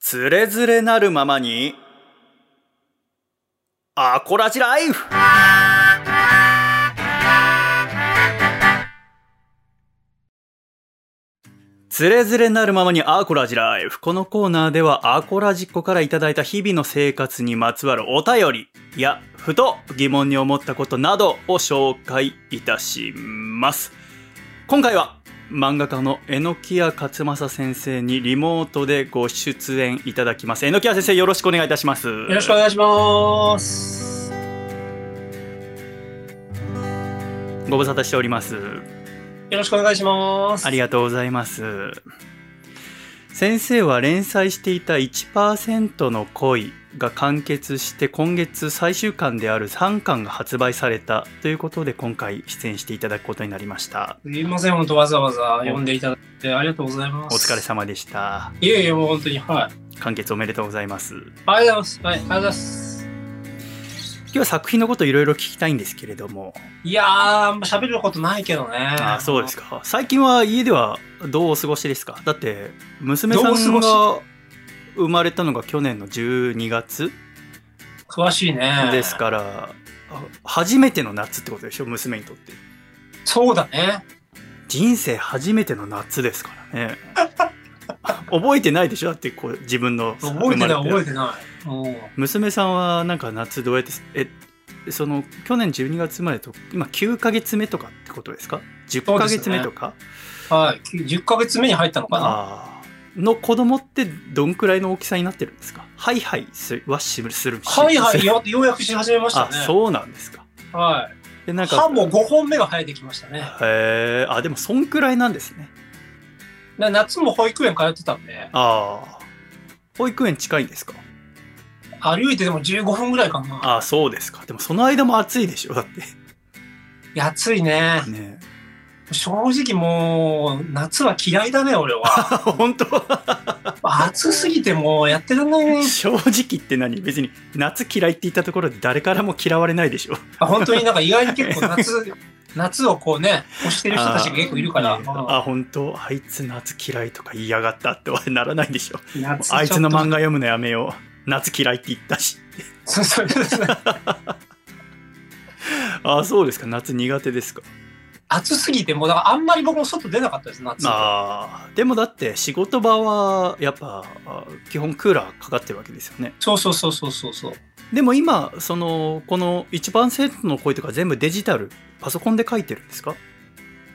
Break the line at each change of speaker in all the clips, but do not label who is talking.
つれづれなるままに、アコラジライフつれづれなるままにアコラジライフ。このコーナーではアコラジっ子からいただいた日々の生活にまつわるお便りや、ふと疑問に思ったことなどを紹介いたします。今回は漫画家の榎谷勝正先生にリモートでご出演いただきます榎谷先生よろしくお願いいたしますよ
よろしくお願いします。
ご無沙汰しております
よろしくお願いします。
ありがとうございます先生は連載していた1%の恋が完結して今月最終巻である3巻が発売されたということで今回出演していただくことになりました
すいません、本当わざわざ呼んでいただいてありがとうございま
お
す。
疲れ。様でした
いえいえ、もう本当に、はい。
完結おめでとうございます
ありがとうございます。はい、ありがとうございます。
今日は作品のこといろいろ聞きたいんですけれども
いやー、あんま喋ることないけどね。
あーそうですか最近は家ではどうお過ごしですかだって娘さ
どうお過
ん
ごし
が生まれたのが去年の12月
詳しいね。
ですから、あ初めての夏ってことでしょ娘にとって
そうだね。
人生初めての夏ですからね 覚えてないでしょだってこう自分の
覚えてな
生
い、
ま
覚
れ
えてない。もう
娘さんはなんか夏どうやってえその去年12月生まれと今9ヶ月目とかってことですか10
そう
ヶ
ですね
月目とか
はい。10ヶ月目に入ったのかな。
あーの子供ってどんくらいの大きさになってるんですかハイハイすはしする
はいは
し
い、よようやくし始めました
あ
ね。
そうなんですか
は
で
い。
なんか
歯も5本目が生えてきましたね。
へえあでもそんくらいなんですね
な夏も保育園通ってたんで、
ああ保育園近いんですか
歩いてでも15分ぐらいかな。
ああそうですかでもその間も暑いでしょだって
いや暑いね。
ねえ
正直もう、夏は嫌いだね、俺 は。
本当
暑すぎてもうやってらんないね。
正直言って何別に夏嫌いって言ったところで誰からも嫌われないでしょ
あ本当になんか意外に結構夏、 夏をこうね、押してる人たちが結構いるから、
ねえ
うん
あ本当あいつ夏嫌いとか言いやがったってはならないで しょ
夏
あいつの漫
画。
画読むのやめよう。夏嫌いって言ったし。
そうそうそう
ああ、そうですか。夏苦手ですか。
暑すぎてもう、だからあんまり僕も外出なかったです、夏。
ああ、でもだって仕事場はやっぱあ基本クーラーかかってるわけですよね。
そうそうそうそうそうそう。
でも今、その、この一番生徒の声とか全部デジタル、パソコンで書いてるんですか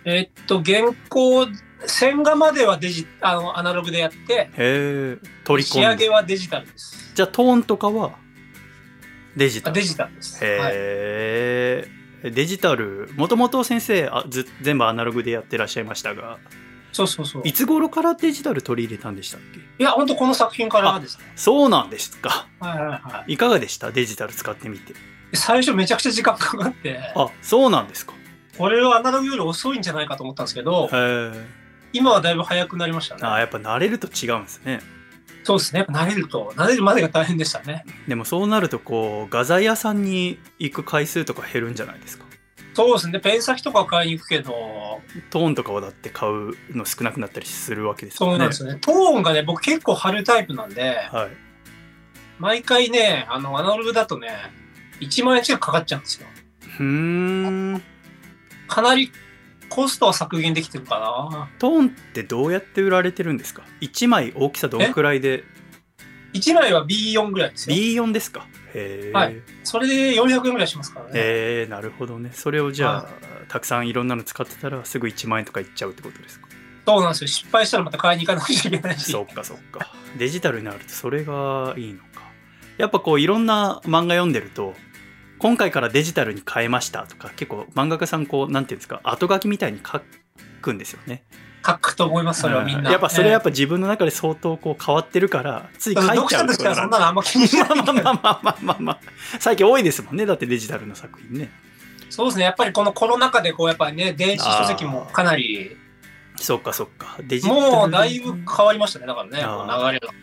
えっと、原稿、線画まではデジ、あの、アナログでやって、
へえ、取り
仕
込
上
ん
げ
で。
はデジタルです。
じゃあトーンとかはデジタ
あ
ル。
デジタルです。はい
へえ、デジタル、もともと先生あず、全部アナログでやってらっしゃいましたが、
そうそうそう。
い
い
つ頃からデジタル取り入れたんでしたっけ
や、本当この作品からですね。
そうなんですか。
はいはいはい。
いかがでしたデジタル使ってみて。
最初めちゃくちゃ時間かかって、
あ、そうなんですか。
これはアナログより遅いんじゃないかと思ったんですけど
へ、え。
今はだいぶ早くなりました
あ、
ね。
やっぱ慣れると違うんですね。
そうですね。やっぱ慣れると、慣れるまでが大変でしたね。
でもそうなるとこう、画材屋さんに行く回数とか減るんじゃないですか。
そうですね。ペン先とか買いに行くけど、
トーンとかはだって買うの少なくなったりするわけですか
そ
ら
う
ね。
なんですよね。トーンがね、僕結構貼るタイプなんで、
はい。
毎回ね、あの、アナログだとね、1万円近くかかっちゃうんですよ。
ふーん。
かなりコストは削減できてるかな。
トーンってどうやって売られてるんですか ?1 枚大きさどのくらいで
1枚は B4 ぐらいですよ。
B4 ですかへえ。
はいそれで400円ぐらいしますからね。
えー、なるほどね。それをじゃあ、たくさんいろんなの使ってたらすぐ1万円とかいっちゃうってことですか
そうなんですよ。失敗したらまた買いに行かなくちゃいけないし。
そっかそっか。デジタルになるとそれがいいのか。やっぱこういろんな漫画読んでると、今回からデジタルに変えましたとか、結構漫画家さんこう、なんていうんですか、後書きみたいに書くんですよね。
書くと思います、それはみん
う
な。
やっぱそれ
ええ
やっぱ自分の中で相当こう変わってるから、つい書い
読
ちゃ
者
う
と
と
して
ころが
はそ
あ
んなのあんま気にしない。
るまあまあまあまあまあまあ、最近多いですもんね。だってデジタルの作品ね。
そうですね。やっぱりこのコロナ禍で、こう、やっぱりね、電子書籍もかなり、
そっかそっか。デジタル
もうだいぶ変わりましたね。だからね、
あ
こ
ー
の流れが。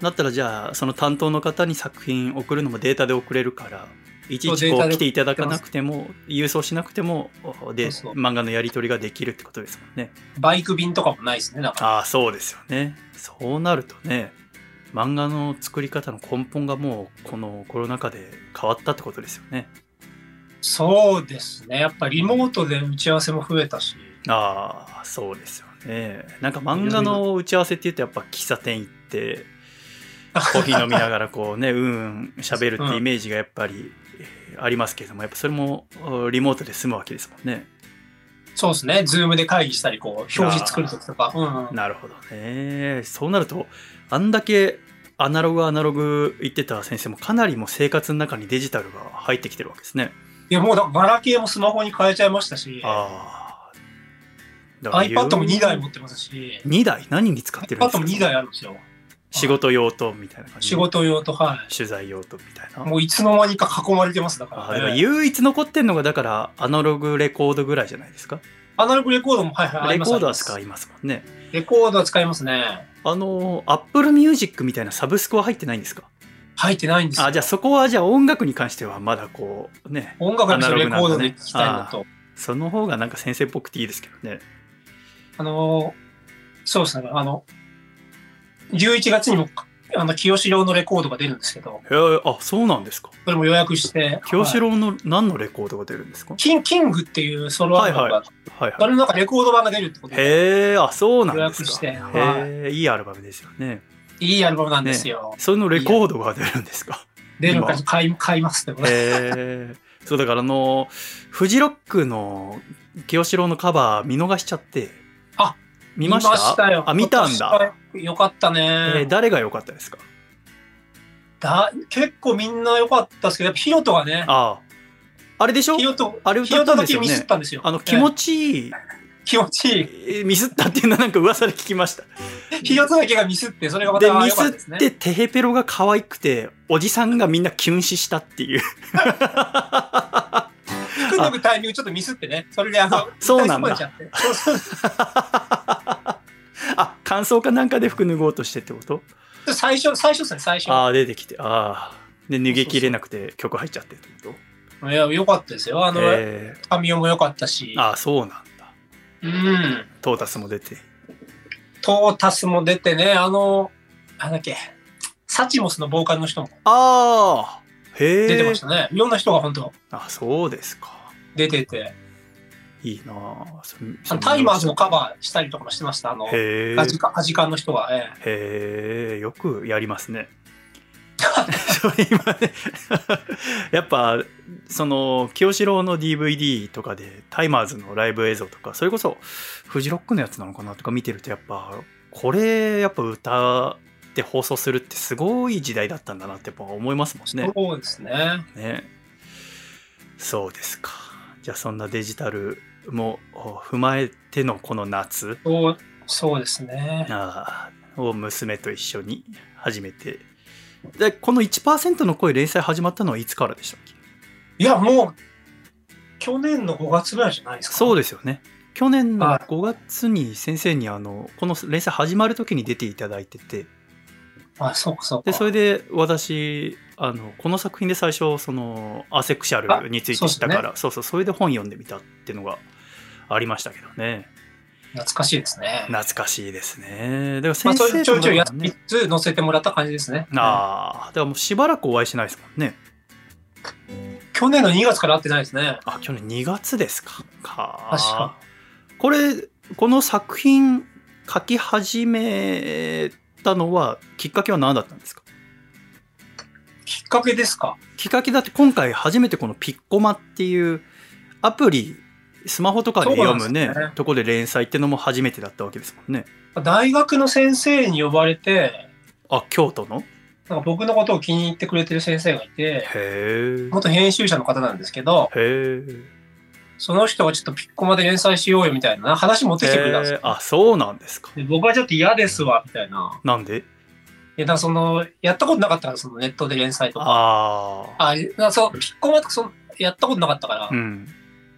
だったらじゃあその担当の方に作品送るのもデータで送れるからいちいち
そうデー
こう
タで
来ていただかなくても郵送しなくてもで
そうそう
漫画のやり取りができるってことですもんね
バイク便とかもないですね。だから。
ああそうですよねそうなるとね漫画の作り方の根本がもうこのコロナ禍で変わったってことですよね。
そうですね。やっぱリモートで打ち合わせも増えたし、
ああそうですよね。なんか漫画の打ち合わせっていうとやっぱ喫茶店行ってコーヒー飲みながらこう ねうんうん喋るってイメージがやっぱりえーありますけれどもやっぱそれもおリモートで済むわけですもんね。
そうですね。ズームで会議したり、こう、表示作るときとか。うんうん
なるほどね。そうなるとあんだけアナログアナログ言ってた先生もかなりもう生活の中にデジタルが入ってきてるわけですね。
いや、もうだからガラケーもスマホに変えちゃいましたし、
ああ。だから
iPad も2台持ってますし、
2台何に使ってるんです
iPad
か
も2台あるんですよ。
仕事用とみたいな感じ
仕事用と、は。
取材用とみたいない
もういつの間にか囲まれてます、だか
あ
ら、
だから
ね。
唯一残ってんのがだからアナログレコードぐらいじゃないですか
アナログレコードも、はいはい、あ
レ
ります
コードは
あ
使
り
いますもんね
ますレコードは使いますね。
あのアップルミュージックみたいなサブスクは入ってないんですか
入ってないんですよ。
あじゃあそこはじゃあ音楽に関してはまだこうね
音楽の人レコ
アナログ
ードで
なんだね
聞きたいのと。
その方がなんか先生っぽくていいですけどね
あの、そうですね。あの、11月にも、あの、清志郎のレコードが出るんですけど、
へえあそうなんですか
それも予約して、
清志
はい
郎の何のレコードが出るんですか
キンキングっていうソロアルバムが、
はい
そ
はい
れの中レコード版が出るってことで、
へえあそうなん
予
です
約し
か
て、
へ
はい
えいいアルバムですよね
いいアルバムなんですよ。
そのレコードが出るんですか
出るから買い買いますってこれ。
へえそうだからあのフジロックの清志郎のカバー見逃しちゃって
あ
見ました
よ。
あ見たんだ、。
よかったね、
えー誰が良かったですか
だ。結構みんな良かったですけど、やっぱヒロトがね、
あああれでしょ
ヒロト、
あれ
ヒ
歌
ロ
った
ト
ん
だ
です
け
よ
ミスっ
ね
たんですよ。
あの気
え
持
え
ちいい、
気持ちいい。
えーミスったっていうのはなんか噂で聞きました
ヒロトだけがミスって、それがま
で
た良か
ミ
ったで
ス
すね
っ。てテヘペロが可愛くておじさんがみんなキュン死したっていう
服脱ぐタイミングちょっとミスってね、それであの
あ、そうなんだ
歌い損ねちゃってそうそう
あ感想かなんかで服脱ごうとしてってこと
そう最初、最初ですね、最初。
ああ出てきてああで脱げきれなくて曲入っちゃってってこと
いや、良かったですよ。あの、
え
タミオも良かったし
ー、ああそうなんだ
うん。
トータスも出て
トータスも出てね、あの、なんだっけ、サチモスのボーカルの人も
ああへえ
出てましたね。いろんな人が本当
あそうですか
出てて、
いいなあそ
あのタイマーズのカバーしたりとかもしてました。あの、
へえ
アジカアジカンの人は、ええ
へえよくやります ねそれ今ね やっぱその清志郎の DVD とかでタイマーズのライブ映像とかそれこそフジロックのやつなのかなとか見てるとやっぱこれやっぱ歌って放送するってすごい時代だったんだなってやっぱ思いますもんね。
そうですね。
ねそうですかじゃあそんなデジタルもお踏まえてのこの夏
そうそうですね。
あーを娘と一緒に始めてでこの1%の声連載始まったのはいつからでしたっけ
いや、もう、去年の5月ぐらいじゃないですか。
そうですよね去年の
はい
5月に先生にあのこの連載始まる時に出ていただいてて
あ、そうか、そうか。
でそれで私あのこの作品で最初そのアセクシャルについて知ったからそう,、そうそれで本読んでみたっていうのがありましたけどね
懐かしいですね。
懐かしいですねでも
まあ、
先
そ
生
れちょいちょいや
ともね
3つ載せてもらった感じですね。
ああでももうしばらくお会いしないですもんね
去年の2月から会ってないですね。
あ去年2月ですかか
確か
これこの作品書き始めたのはきっかけは何だったんですか
きっかけですか
きっかけだって今回初めてこのピッコマっていうアプリスマホとかで読むね
そうなんですよね
とこで連載ってのも初めてだったわけですもんね
大学の先生に呼ばれて、
あ京都の
なんか僕のことを気に入ってくれてる先生がいて、
へ
元編集者の方なんですけど、
えへえ
その人がちょっとピッコマで連載しようよみたいな話持ってきてくれたんですよ。
あそうなんですか
で僕はちょっと嫌ですわ、みたいな。
なんで
いや、だからその、やったことなかったから、そのネットで連載とか。
ああ
あ、だからそう、ピッコマとかその、やったことなかったから、
うん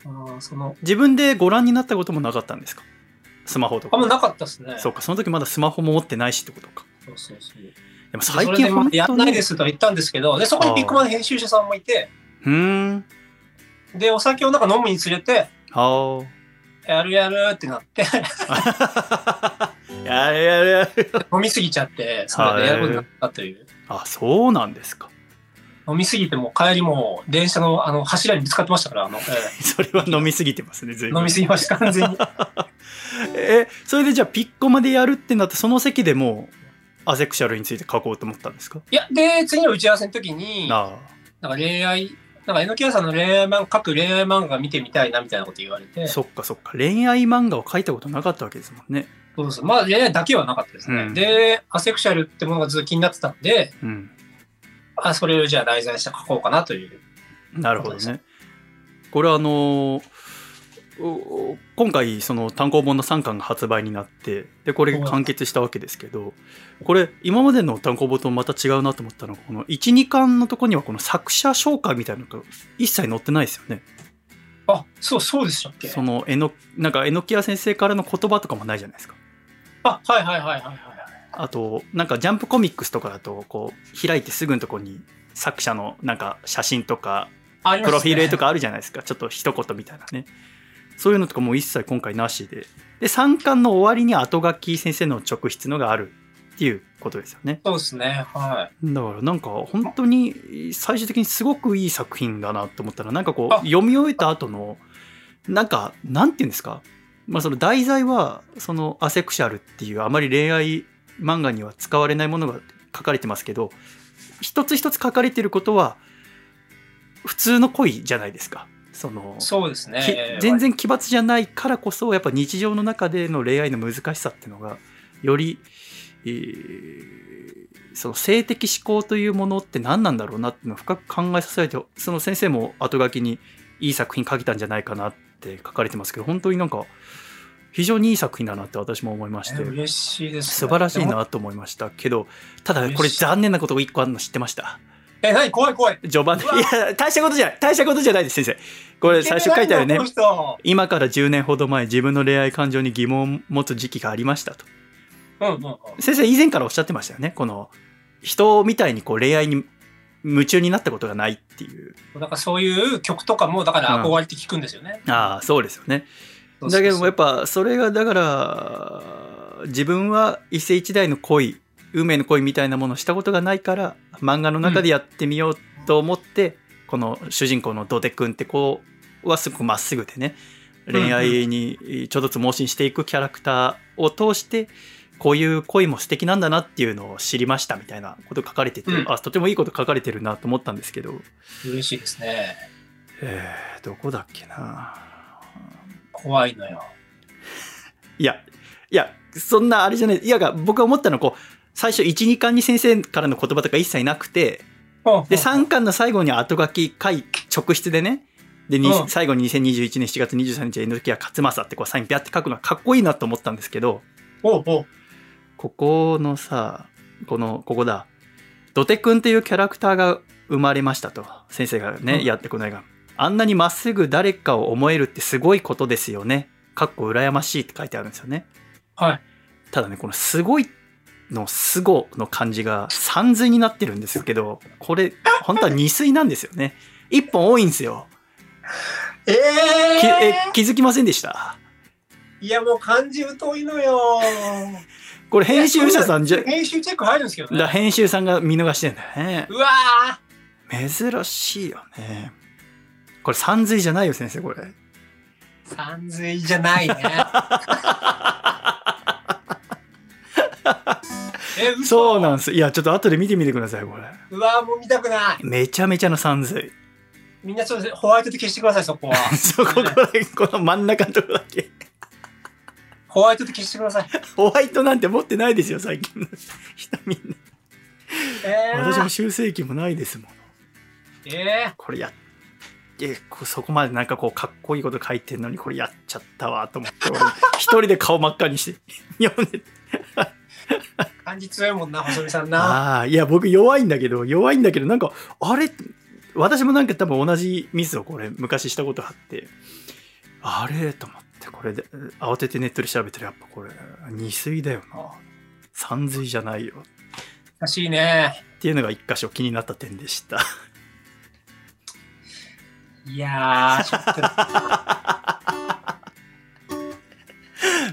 うんその、
自分でご覧になったこともなかったんですかスマホと
あ
か
んまなかったですね。
そうか、その時まだスマホも持ってないしってことか。
そうそうそう。
でも
最
最
近
近
は
本
や
当
ん
に
ないですとは言ったんですけど、で、そこにビッグマンの編集者さんもいて、
うーん。
で、お酒をなんか 飲むにつれて、
は
やるやるってなって、
あ。やれやれやれ。
飲みすぎちゃって、それでやるになったという。
あ、そうなんですか。
飲みすぎてもう帰りもう電車のあの柱にぶつかってましたから、あの、え
それは飲みすぎてますね、 随
ー飲
分
みすぎました、完 全に。
え、それでじゃあピッコマでやるってなって、その席でもう、アセクシャルについて書こうと思ったんですか
いや、で、次の打ち合わせの時に、なんか
あ
恋愛、なんかえのきやさんの恋愛漫画、各恋愛漫画見てみたいなみたいなこと言われて、
あ、
そ
そっかそっか。恋愛漫画を書いたことなかったわけですもんね。
うそう。まあ恋愛だけはなかったですね。
うん
で、アセクシャルってものがずっと気になってたんで、
うん。
あ、それをじゃあ題材して書こうかなという。
なるほどね。これはあのーお今回その単行本の3巻が発売になってでこれ完結したわけですけどこれ今までの単行本とまた違うなと思ったのがこの12巻のとこにはこの作者紹介みたいなのが一切載ってないですよね。
あ、そう、そうでしたっけ
そのえのなんか榎谷先生からの言葉とかもないじゃないですか。
あ、はいはいはいはいはい。
あとなんかジャンプコミックスとかだとこう開いてすぐのとこに作者のなんか写真とか
あり
プ
ますね
ロフィール絵とかあるじゃないですか。ちょっと一言みたいなね。そういうのとかもう一切今回なしで。で、3巻の終わりに後書き先生の直筆のがあるっていうことですよね。
そうですね。は
だからなんか本当に最終的にすごくいい作品だなと思ったら、なんかこう
あ
読み終えた後の、なんか、なんていうんですか。まあその題材は、そのアセクシャルっていうあまり恋愛漫画には使われないものが書かれてますけど、一つ一つ書かれてることは、普通の恋じゃないですか。その
い。そうです
き
ね。
全然奇抜じゃないからこそやっぱ日常の中での恋愛の難しさっていうのがより、えーその性的思考というものって何なんだろうなっていうのを深く考えさせられてその先生も後書きにいい作品書けたんじゃないかなって書かれてますけど本当になんか非常にいい作品だなって私も思いまし
え
て
ー嬉しいです、ね。
素晴らしい
でも。
なと思いましたけどただこれ残念なことが1個あるの知ってました
え、何怖い怖い。
序盤でいう
わ
や大したことじゃない大したことじゃないです先生これ最初書いてあるね
この人
今から10年ほど前自分の恋愛感情に疑問を持つ時期がありましたと
うんうんうん。
先生以前からおっしゃってましたよねこの人みたいにこう恋愛に夢中になったことがないっていう
なんかそういう曲とかもだから憧れて聞くんですよね。
ああそうですよね
そうそうそう
だけどもやっぱそれがだから自分は一世一代の恋運命の恋みたいなものをしたことがないから漫画の中でやってみようと思って、この主人公の土手くんって子はすごくまっすぐでね恋愛にちょっとずつ盲信していくキャラクターを通してこういう恋も素敵なんだなっていうのを知りましたみたいなこと書かれてて、
うん
あとてもいいこと書かれてるなと思ったんですけど、
嬉しいですね。
えーどこだっけな
怖いのよ。
いや、いや、そんなあれじゃない。いやが、僕が思ったのは、こう、最初1、2巻に先生からの言葉とか一切なくて、で、3
三
巻の最後に後書き、回、直筆でね、で、に
うん
最後に2021年7月23日、榎谷勝正ってこうサインピャって書くのはかっこいいなと思ったんですけど、
おうおう
ここのさ、この、ここだ、土手くんっていうキャラクターが生まれましたと、先生がね、
うん
やってこの映画。あんなにまっすぐ誰かを思えるってすごいことですよね。かっこ羨ましいって書いてあるんですよね。
はい。
ただねこの「すごい」の「すご」の漢字が三髄になってるんですけどこれ本当は二髄なんですよね一本多いんですよ
え
きえ
え
気づきませんでした
いやもう漢字疎いのよ。
これ編集者さんじゃ
編集チェック入るんですけど
だ
ね。
編集さんが見逃してんだよね
うわー
珍しいよねこれ三髄じゃないよ先生これ
三髄じ ゃないね。え、嘘
そうなんですいやちょっと後で見てみてくださいこれ
うわもう見たくない。
めちゃめちゃの三髄
みんなちょっとホワイトで消してください、そこは。
そこだけこの真ん中のとこだけ
ホワイトで消してください。
ホワイトなんて持ってないですよ最近の人みんな
えー、
私も修正期もないですもん
え
これやっえこそこまでなんかこうかっこいいこと書いてんのにこれやっちゃったわと思って俺一人で顔真っ赤にして読んで
ー、漢字強いもんな、細見さんな。
ああいや僕弱いんだけど弱いんだけどなんかあれ私もなんか多分同じミスをこれ昔したことあってあれと思ってこれで慌ててネットで調べたらやっぱこれ二水だよな三水じゃないよ
難しいね。
っていうのが一箇所気になった点でした
いやー、ちょっと。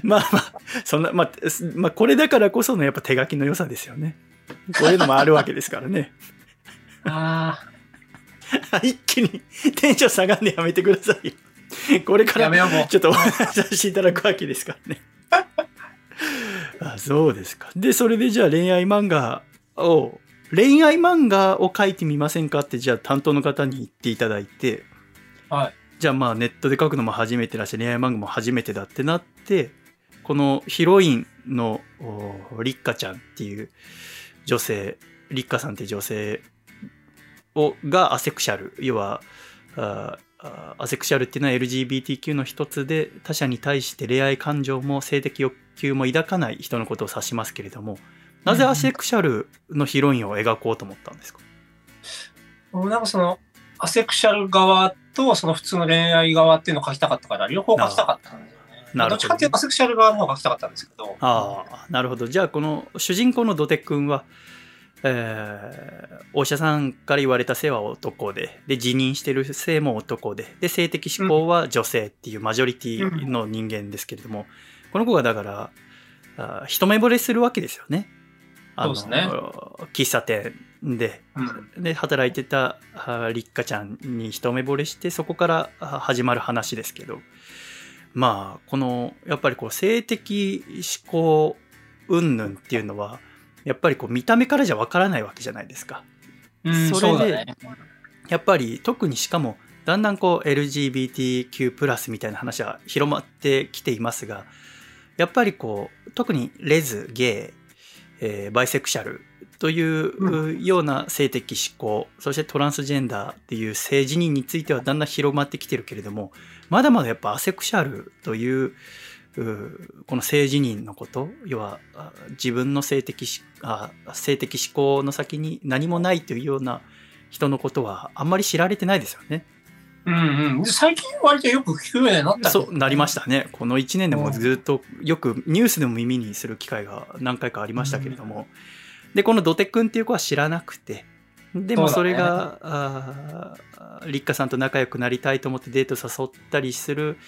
まあまあ、そんな、まあ、すまあ、これだからこそのやっぱ手書きの良さですよね。こういうのもあるわけですからね。
あ
一気にテンション下がんでやめてくださいよ。これ
あ、
か
や
ら
めようもう。
ちょっとお話しさせていただくわけですからね。 あそうですか。で、それでじゃあ恋愛漫画を、恋愛漫画を書いてみませんかって、じゃあ担当の方に言っていただいて、
はい。
じゃあまあネットで書くのも初めてだし、恋愛漫画も初めてだってなって、このヒロインのおリッカちゃんっていう女性、リッカさんっていう女性をがアセクシャル、要はああアセクシャルっていうのは LGBTQ の一つで他者に対して恋愛感情も性的欲求も抱かない人のことを指しますけれどもなぜアセクシャルのヒロインを描こうと思ったんですか、
もうなんかその、アセクシャル側と、その普通の恋愛側っていうのを書きたかったから、両方書きたかったんですよね。
なるほど
どっちかっていうとアセクシャル側の方が書きたかったんですけど。
ああなるほどじゃあこの主人公の土手くんは、えーお医者さんから言われた性は男でで辞任してる性も男でで性的指向は女性っていうマジョリティの人間ですけれども、この子がだからあー一目惚れするわけですよね。あの
そうですね
喫茶店で
うん。
で働いてたあーりっかちゃんに一目惚れしてそこからあー始まる話ですけどまあこのやっぱりこう性的思考云々っていうのはやっぱりこう見た目からじゃわからないわけじゃないですか。
うん、
それで
そうだね。
やっぱり特にしかもだんだんこう LGBTQ+ プラスみたいな話は広まってきていますがやっぱりこう特にレズゲイ、えーバイセクシャルというような性的指向、そしてトランスジェンダーっていう性自認についてはだんだん広まってきてるけれどもまだまだやっぱアセクシャルといううーこの性自認のこと要はあ自分の性的しあ性的指向の先に何もないというような人のことはあんまり知られてないですよね。
うんうん。最近割とよく聞くようになったけど
そうなりましたね。この1年でもずっとよくニュースでも耳にする機会が何回かありましたけれども、でこの土手くんっていう子は知らなくてでも
そ
そう
だ
れ
ね
が、あー立花さんと仲良くなりたいと思ってデート誘ったりする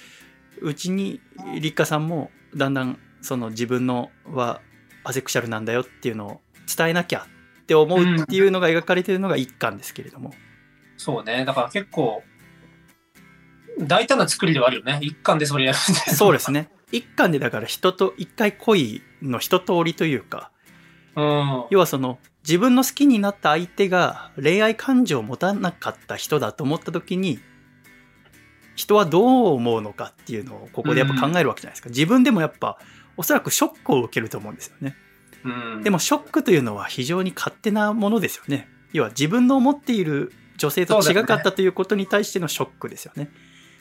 うちに立花さんもだんだんその自分のはアセクシャルなんだよっていうのを伝えなきゃって思うっていうのが描かれてるのが一巻ですけれども。
そうね。だから結構、大胆な作りではあるよね。一巻でそれやるみたいな。
そうですね。一巻でだから人と一回恋の一通りというか、
うん。
要はその自分の好きになった相手が恋愛感情を持たなかった人だと思った時に、人はどう思うのかっていうのをここでやっぱ考えるわけじゃないですか。自分でもやっぱおそらくショックを受けると思うんですよね。
うん、
でもショックというのは非常に勝手なものですよね。要は自分の思っている女性と違かったということに対してのショックですよね。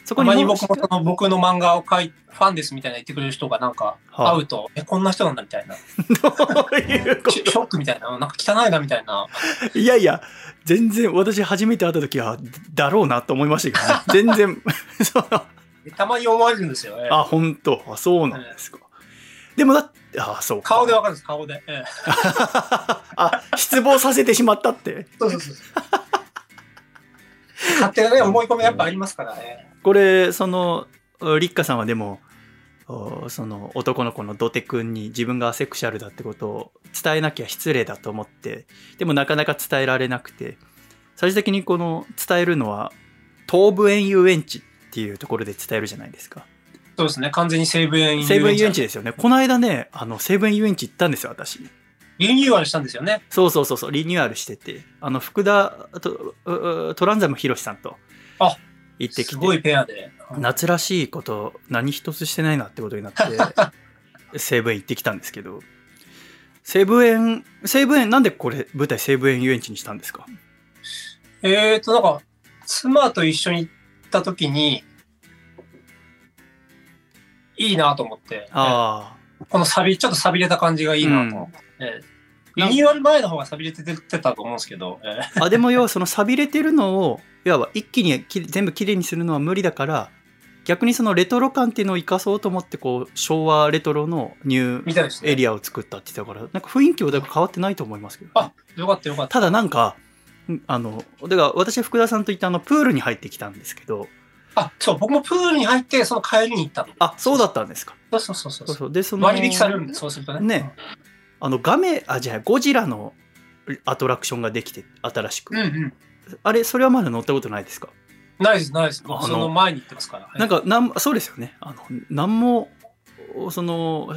そ
た
こに
まに
もう
僕もその僕の漫画を描いファンですみたいな言ってくれる人がなんか
はあ
会うと、え、こんな人なんだみたいな。
どういうこと
ショショックみたいな、なんか汚いなみたいな。
いやいや、全然、私初めて会った時は、だろうなと思いましたけどね、全然、 そう
たまに思われるんですよ。ええ
あ、本当あ、そうなんですか。でもだって、あ、そうか。
顔でわかるんです、顔で。ええ
あ、失望させてしまったって。
そうそ うそうそう。勝手なね、思い込みやっぱありますからね。
これ、その、立花さんはでも、おその男の子の土手くんに自分がアセクシャルだってことを伝えなきゃ失礼だと思って、でもなかなか伝えられなくて、最終的にこの伝えるのは、東武園遊園地っていうところで伝えるじゃないですか。
そうですね、完全に西武園
西武園遊園地
地
ですよね。この間ね、あの、西武園遊園地行ったんですよ、私。
リニューアルしたんですよね。
そうそうそうそう、リニューアルしてて、あの、福田と、ううトランザム博さんと
あ
行ってき
すごい
て、
ペアで。
夏らしいこと、何一つしてないなってことになって、 西武園行ってきたんですけど、西武園、西武園、なんでこれ、舞台西武園遊園地にしたんですか
えーと、なんか、妻と一緒に行った時に、いいなと思って、
あ
この錆び、ちょっと錆びれた感じがいいなと思って、ええリニューアル前の方が錆びれててたと思うんですけど、ええ
あ。あ、でも要はその錆びれてるのを、いわば一気にき全部きれいにするのは無理だから、逆にそのレトロ感っていうのを生かそうと思って、こう、昭和レトロのニュー
みたいですね。
エリアを作ったって言ってたからなんか雰囲気はだから変わってないと思いますけど、
あ、よかったよかった。
ただなんかんあのだから私は福田さんといったあのプールに入ってきたんですけど
あ、そう、僕もプールに入って、その帰りに行ったの。
あそうだったんですか
そうそうそうそう
そうそうでその
割引されるんで、そうするとね。
ねあのガメあじゃあゴジラのアトラクションができて新しく、
うん。うんうん。
あれそれはまだ乗ったことないですか
ないです、ないです。
あの
その前に行ってますから。
なんかなんそうですよねあの何もその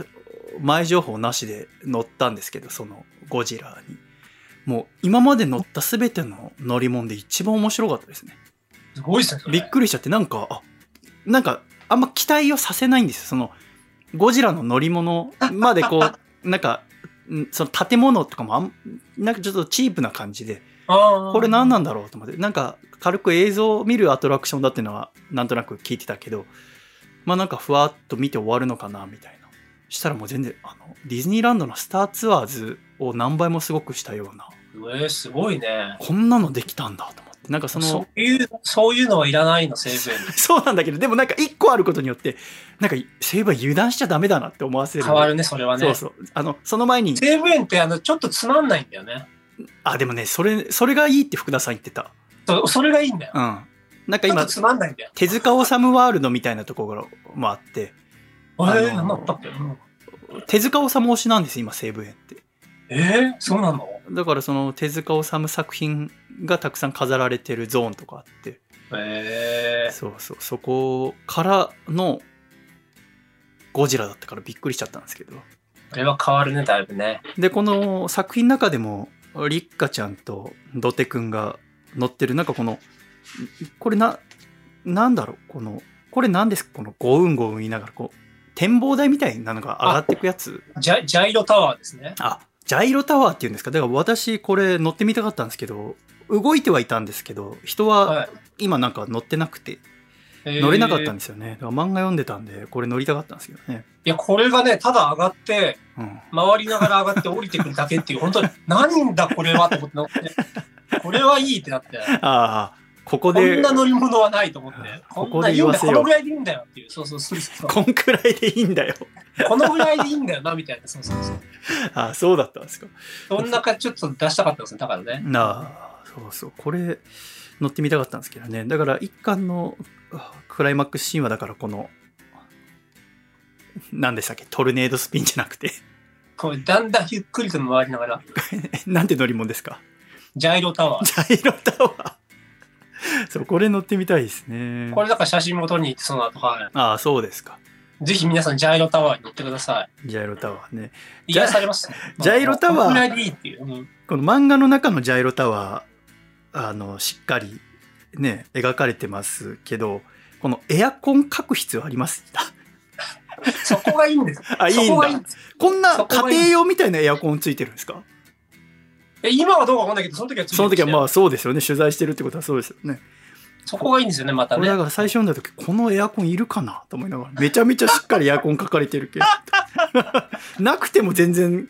前情報なしで乗ったんですけどそのゴジラにもう今まで乗った全ての乗り物で一番面白かったですね
すごいですね。それ
びっくりしちゃってなんかあなんかあんま期待をさせないんですよそのゴジラの乗り物までこうなんかんその建物とかもあんなんかちょっとチープな感じで
ああ。
これ何なん
だ
だろうと思ってなんか軽く映像を見るアトラクションだっていうのはなんとなく聞いてたけどまあなんかふわっと見て終わるのかなみたいなしたらもう全然あのディズニーランドのスターツアーズを何倍もすごくしたような
えー、すごいね。
こんなのできたんだと思ってなんかその
そういう、そういうのはいらないの、西武園に。
そうなんだけど、でもなんか一個あることによって、なんか西武は油断しちゃダメだなって思わせる。
変わるね、それは
そ
ね
う。そう。あの、その前に、
西武園って、あの、ちょっとつまんないんだよね。
あ、でもね、それ、それがいいって福田さん言ってた。
そうそれがいいんだよ。
うん。なんか
ちょっ
今
と、つまんないんだよ。
手塚治虫ワールドみたいなところもあって、
え
あの
ー、なんだったっけうん
手塚治虫推しなんです、今、西武園って。
えー、そうなの
だからその手塚治虫作品がたくさん飾られてるゾーンとかあって、
え
そうそう、そこからのゴジラだったからびっくりしちゃったんですけど。
ー、これは変わるね、だいぶね。
でこの作品の中でもりっかちゃんとどてくんが乗ってるなんかこのこれななんだろうこのこれなんですかこのゴウンゴウン言いながらこう展望台みたいなのが上がってくやつ
ジャジャイロタワーですね。
あジャイロタワーっていうんですかだから私これ乗ってみたかったんですけど動いてはいたんですけど人は
はい
今なんか乗ってなくて
えー
乗れなかったんですよね、だから漫画読んでたんでこれ乗りたかったんですけどね、
いや、これがね、ただ上がって、
うん、
回りながら上がって降りてくるだけっていう、本当に、何だこれはと思って乗って、 これはいいってなって、
ああここ
こ
で
んな乗り物はないと思って、こ
こ
ん
こ
な
で
いい
言
ん
わ
だよ、
せよ
こ
う
のぐらいでいいんだよっていう、そうそうそうそう
こんくらいでいいんだよ
このぐらいでいいんだよな、みたいな、そうそうそう。
あそうだったんですか。
どんなかちょっと出したかったんですね、だからね。
なあ、そうそう。これ、乗ってみたかったんですけどね。だから、一巻のあクライマックスシーンは、だからこの、何でしたっけ、トルネードスピンじゃなくて、
こうだんだんゆっくりと回りながら、
なんて乗り物ですか
ジャイロタワー。
ジャイロタワー。そう、これ乗ってみたいですね。
これだから写真も撮りに行って、その後、は
ああ、そうですか。
い。ぜひ皆さん、ジャイロタワーに乗ってくださ
ジャイロタワーね。
い。癒されますね。
ジャイロタワー
このぐらいでいいっていう。うん
この漫画の中のジャイロタワー、あの、しっかりね、描かれてますけど、このエアコン書く必要あり ます
そこがいいんです。
あ、いい
そ
ん
こが
だ
いい。んです。
こんな
そこ
家
がいい
庭用みたいなエアコンついてるんですか
え今はどうかわかんないけど、その時はついて
その時は
あ。
まあそうですよね取材してるってことはそうですよね
そこがいいんですよね、また
俺
ね
だ。から最初読んだ時このエアコンいるかなと思いながらめちゃめちゃしっかりエアコン書かれてるけど なくても全然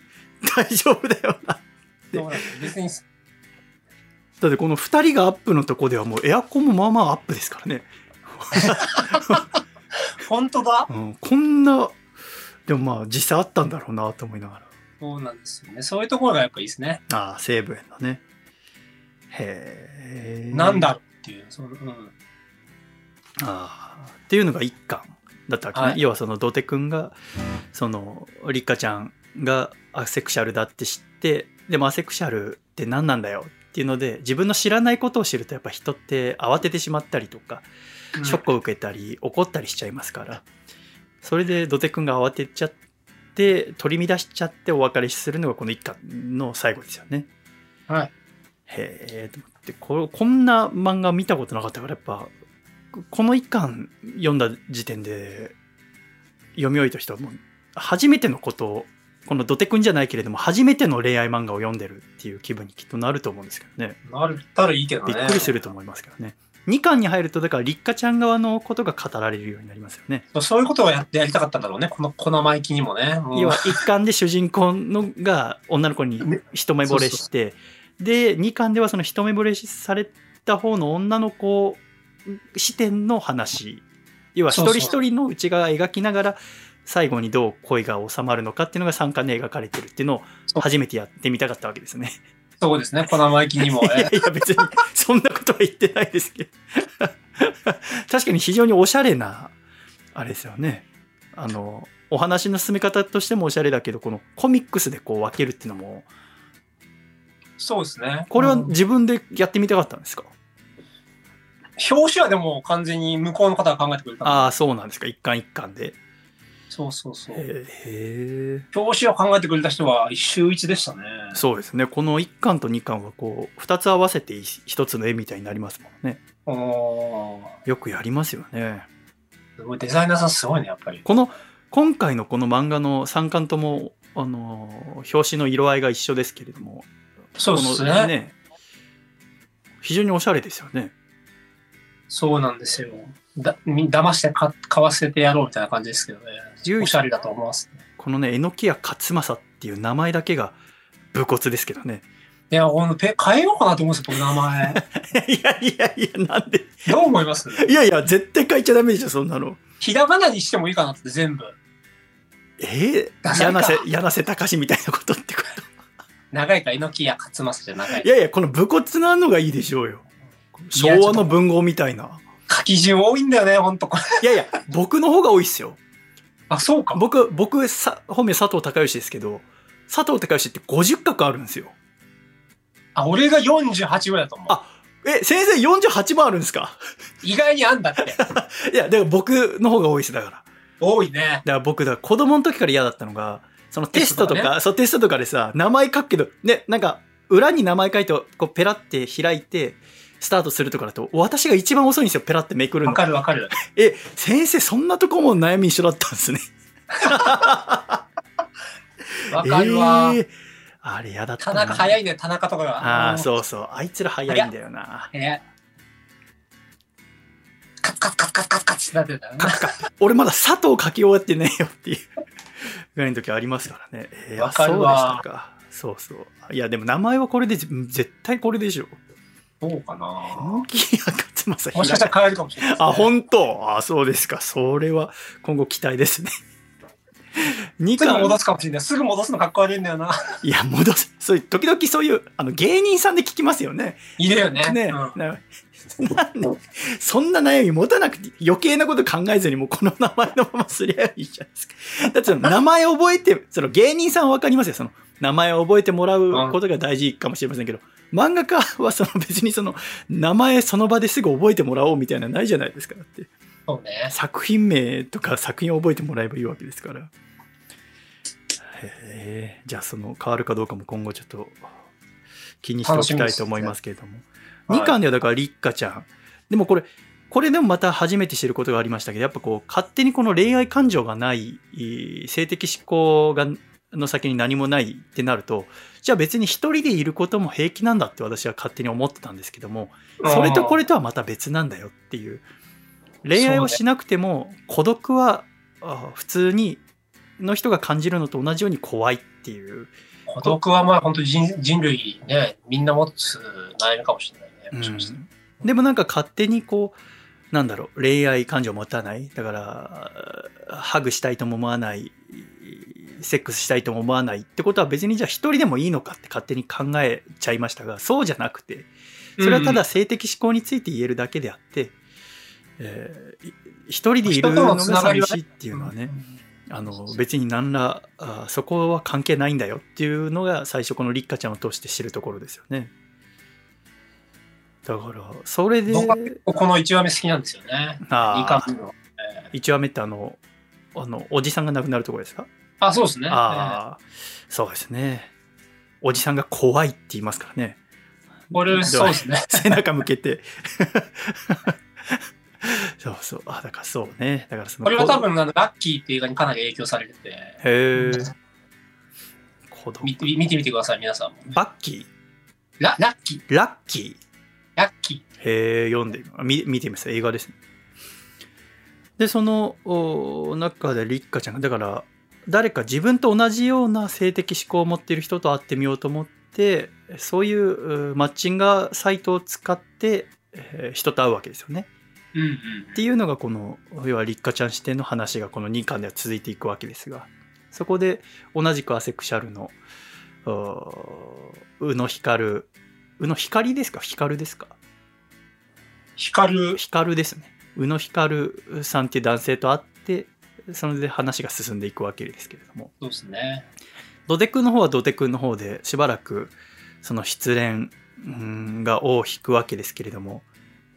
大丈夫だよな
そうなんです別に、
だってこの2人がアップのとこではもうエアコンもまあまあアップですからね、
本当だ。
うん、こんなでもまあ実際あったんだろうなと思いながら
そうなんですよね。そういうところがやっぱいいですね。
ああ西武園のねへえ
なんだろうっていう。そのうん、
あーっていうのが一巻だったわけね、
はい
要はその土手くんがそのりっかちゃんがアセクシャルだって知ってでもアセクシャルって何なんだよっていうので自分の知らないことを知るとやっぱ人って慌ててしまったりとか
うん
ショックを受けたり怒ったりしちゃいますからそれで土手くんが慌てちゃって取り乱しちゃってお別れするのがこの一巻の最後ですよね。
はい。
へえと思ってここんな漫画見たことなかったからやっぱここの一巻読んだ時点で読み終えた人はもう初めてのことをこの土手くんじゃないけれども初めての恋愛漫画を読んでるっていう気分にきっとなると思うんですけどね
なるったらいいけど
び
ね。
っくりすると思いますけどね2巻に入るとだから立花ちゃん側のことが語られるようになりますよね
そうそういうことをやってやりたかったんだろうね。この、この生意気にもね。うん
要は1巻で主人公のが女の子に
ね
一目惚れしてで2巻ではその一目惚れされた方の女の子視点の話要は一人一人の内側を描きながら最後にどう恋が収まるのかっていうのが3巻で描かれてるっていうの
そ
を
う
初めてやってみたかったわけですね。
そうですね。この生意気にも。
い
え
やいや別にそんなことは言ってないですけど。 確かに非常におしゃれな、あれですよね。あの、お話の進め方としてもおしゃれだけど、このコミックスでこう分けるっていうのも、
そうです ね。
これは
うん
自分でやってみたかったんですか、
表紙はでも完全に向こうの方が考えてくれたんで。
ああ、そうなんですか。一巻一巻で。
そうそうそう。
へえ。
表紙を考えてくれた人は一周一でしたね。
そうですね。この一巻と二巻はこう、二つ合わせて一つの絵みたいになりますもんね。
う。おー
よくやりますよね。
すごい、デザイナーさんすごいね、やっぱり。
この今回のこの漫画の3巻ともあのー表紙の色合いが一緒ですけれども
そうです
この
ね
ね非常におしゃれですよね
そうなんですよ。だ、み騙してか買わせてやろうみたいな感じですけどね。
唯一
おしゃれだと思います、ね。
このね榎谷勝正っていう名前だけが武骨ですけどね
いや、このペ、変えようかなと思うんですよ、僕名前。
いやいやいやなんで
どう思います
いやいや絶対書いちゃダメでしょそんなの
ひらがなにしてもいいかなって、全部。
え
ダ
ー、
サいか
柳瀬柳瀬隆史みたいなことってこ
長いか、猪木や勝正じゃ長い
とい。やいやこの武骨なのがいいでしょうよ昭和の文豪みたいな
書き順多いんだよね、ほんと。これ
いやいや僕の方が多いっすよ
あ、そうか。
僕僕さ本名佐藤孝義ですけど佐藤孝義って50画あるんですよ
あ、俺が48ぐらいだと思う。
あえ先生48もあるんですか
意外にあんだって。
いやだから僕の方が多いですだからだか
多いね。
ら僕だから子供の時から嫌だったのがそのテストと
テスト
かそうテストとかでさ名前書くけどねなんか裏に名前書いてこうペラって開いてスタートするとかだと私が一番遅いんですよペラってめくる
わ
の
かるわかる。
え先生そんなとこも悩み一緒だったんですね
わかるわ。
えーあれ嫌だった
田
な
中早いね、田中とかが。
ああそうそうあいつら早いんだよな
う。えカツカツカツカツカツカツってなってたよね。
俺まだ佐藤書き終わってねえよっていうぐらいの時ありますからね。えー、
わかる
あそうで
わ
したか。そうそう。いや、でも名前はこれで、ぜ絶対これでしょ。
そうかな
榎谷勝正
もしかしたら変えるかもしれないですね、
あ、本当あ、そうですか。それは今後期待ですね。二
すぐ
巻
戻すかもしれない。すぐ戻すのかっこ悪いんだよな。
いや、戻す。そういう、時々そういう、あの、芸人さんで聞きますよね。
いるよね。
ね、
うん
な なんでそんな悩み持たなくて余計なこと考えずにもうこの名前のまますりゃいいじゃないですか。だってその名前覚え て、その芸人さんはわかりますよ。その名前を覚えてもらうことが大事かもしれませんけど、漫画家はその別にその名前その場ですぐ覚えてもらおうみたいなのないじゃないですか。だって
そうね。
作品名とか作品を覚えてもらえばいいわけですから。へえじゃあその変わるかどうかも今後ちょっと気にしておきたいと思いますけれども。
はい
2巻ではだから立花ちゃん、でもこれこれでもまた初めて知ることがありましたけどやっぱこう勝手にこの恋愛感情がないえー性的思考がの先に何もないってなるとじゃあ別に一人でいることも平気なんだって私は勝手に思ってたんですけどもそれとこれとはまた別なんだよっていう恋愛をしなくても孤独はあ普通にの人が感じるのと同じように怖いっていう
うん孤独はまあ本当に人人類ね、みんな持つ悩みかもしれないね。もしかしたら
でもなんか勝手にこうなんだろう恋愛感情を持たないだからハグしたいとも思わないセックスしたいとも思わないってことは別にじゃあ一人でもいいのかって勝手に考えちゃいましたがそうじゃなくてそれはただ性的思考について言えるだけであって、えーい一人でいるのが寂しいっていうのはね、あの別に何らあそこは関係ないんだよっていうのが最初この立花ちゃんを通して知るところですよねだからそれで
僕は結構この一話目好きなんですよね。いい
あ
感
あ
じの。えー
1話目ってあのあのおじさんが亡くなるところですか
あ、そうですね。
ああそうですねおじさんが怖いって言いますからね
えーこれ、そうです ね。
背中向けてそうそうあだからそうねだからその
これは多分、あのラッキーっていう映画にかなり影響されてて、
へえ子供
見て見てみてください、皆さんも。
バッキ
ララッキー、
ーラッキー
ラッキ
へえ、読んでみ、見見てみます。映画ですね。で、そのお中で立花ちゃんが、だから、誰か自分と同じような性的思考を持っている人と会ってみようと思って、そういううマッチングサイトを使って、えー人と会うわけですよね。
ー。うんうん
っていうのがこの要は立花ちゃん視点の話がこの2巻では続いていくわけですがそこで同じくアセクシャルのうー宇野光宇野光ですか光ですか
光る、
ヒカルですね宇野ヒカルさんっていう男性と会ってそれで話が進んでいくわけですけれども
そうですね。
土手くんの方は土手くんの方でしばらくその失恋うんが尾を引くわけですけれども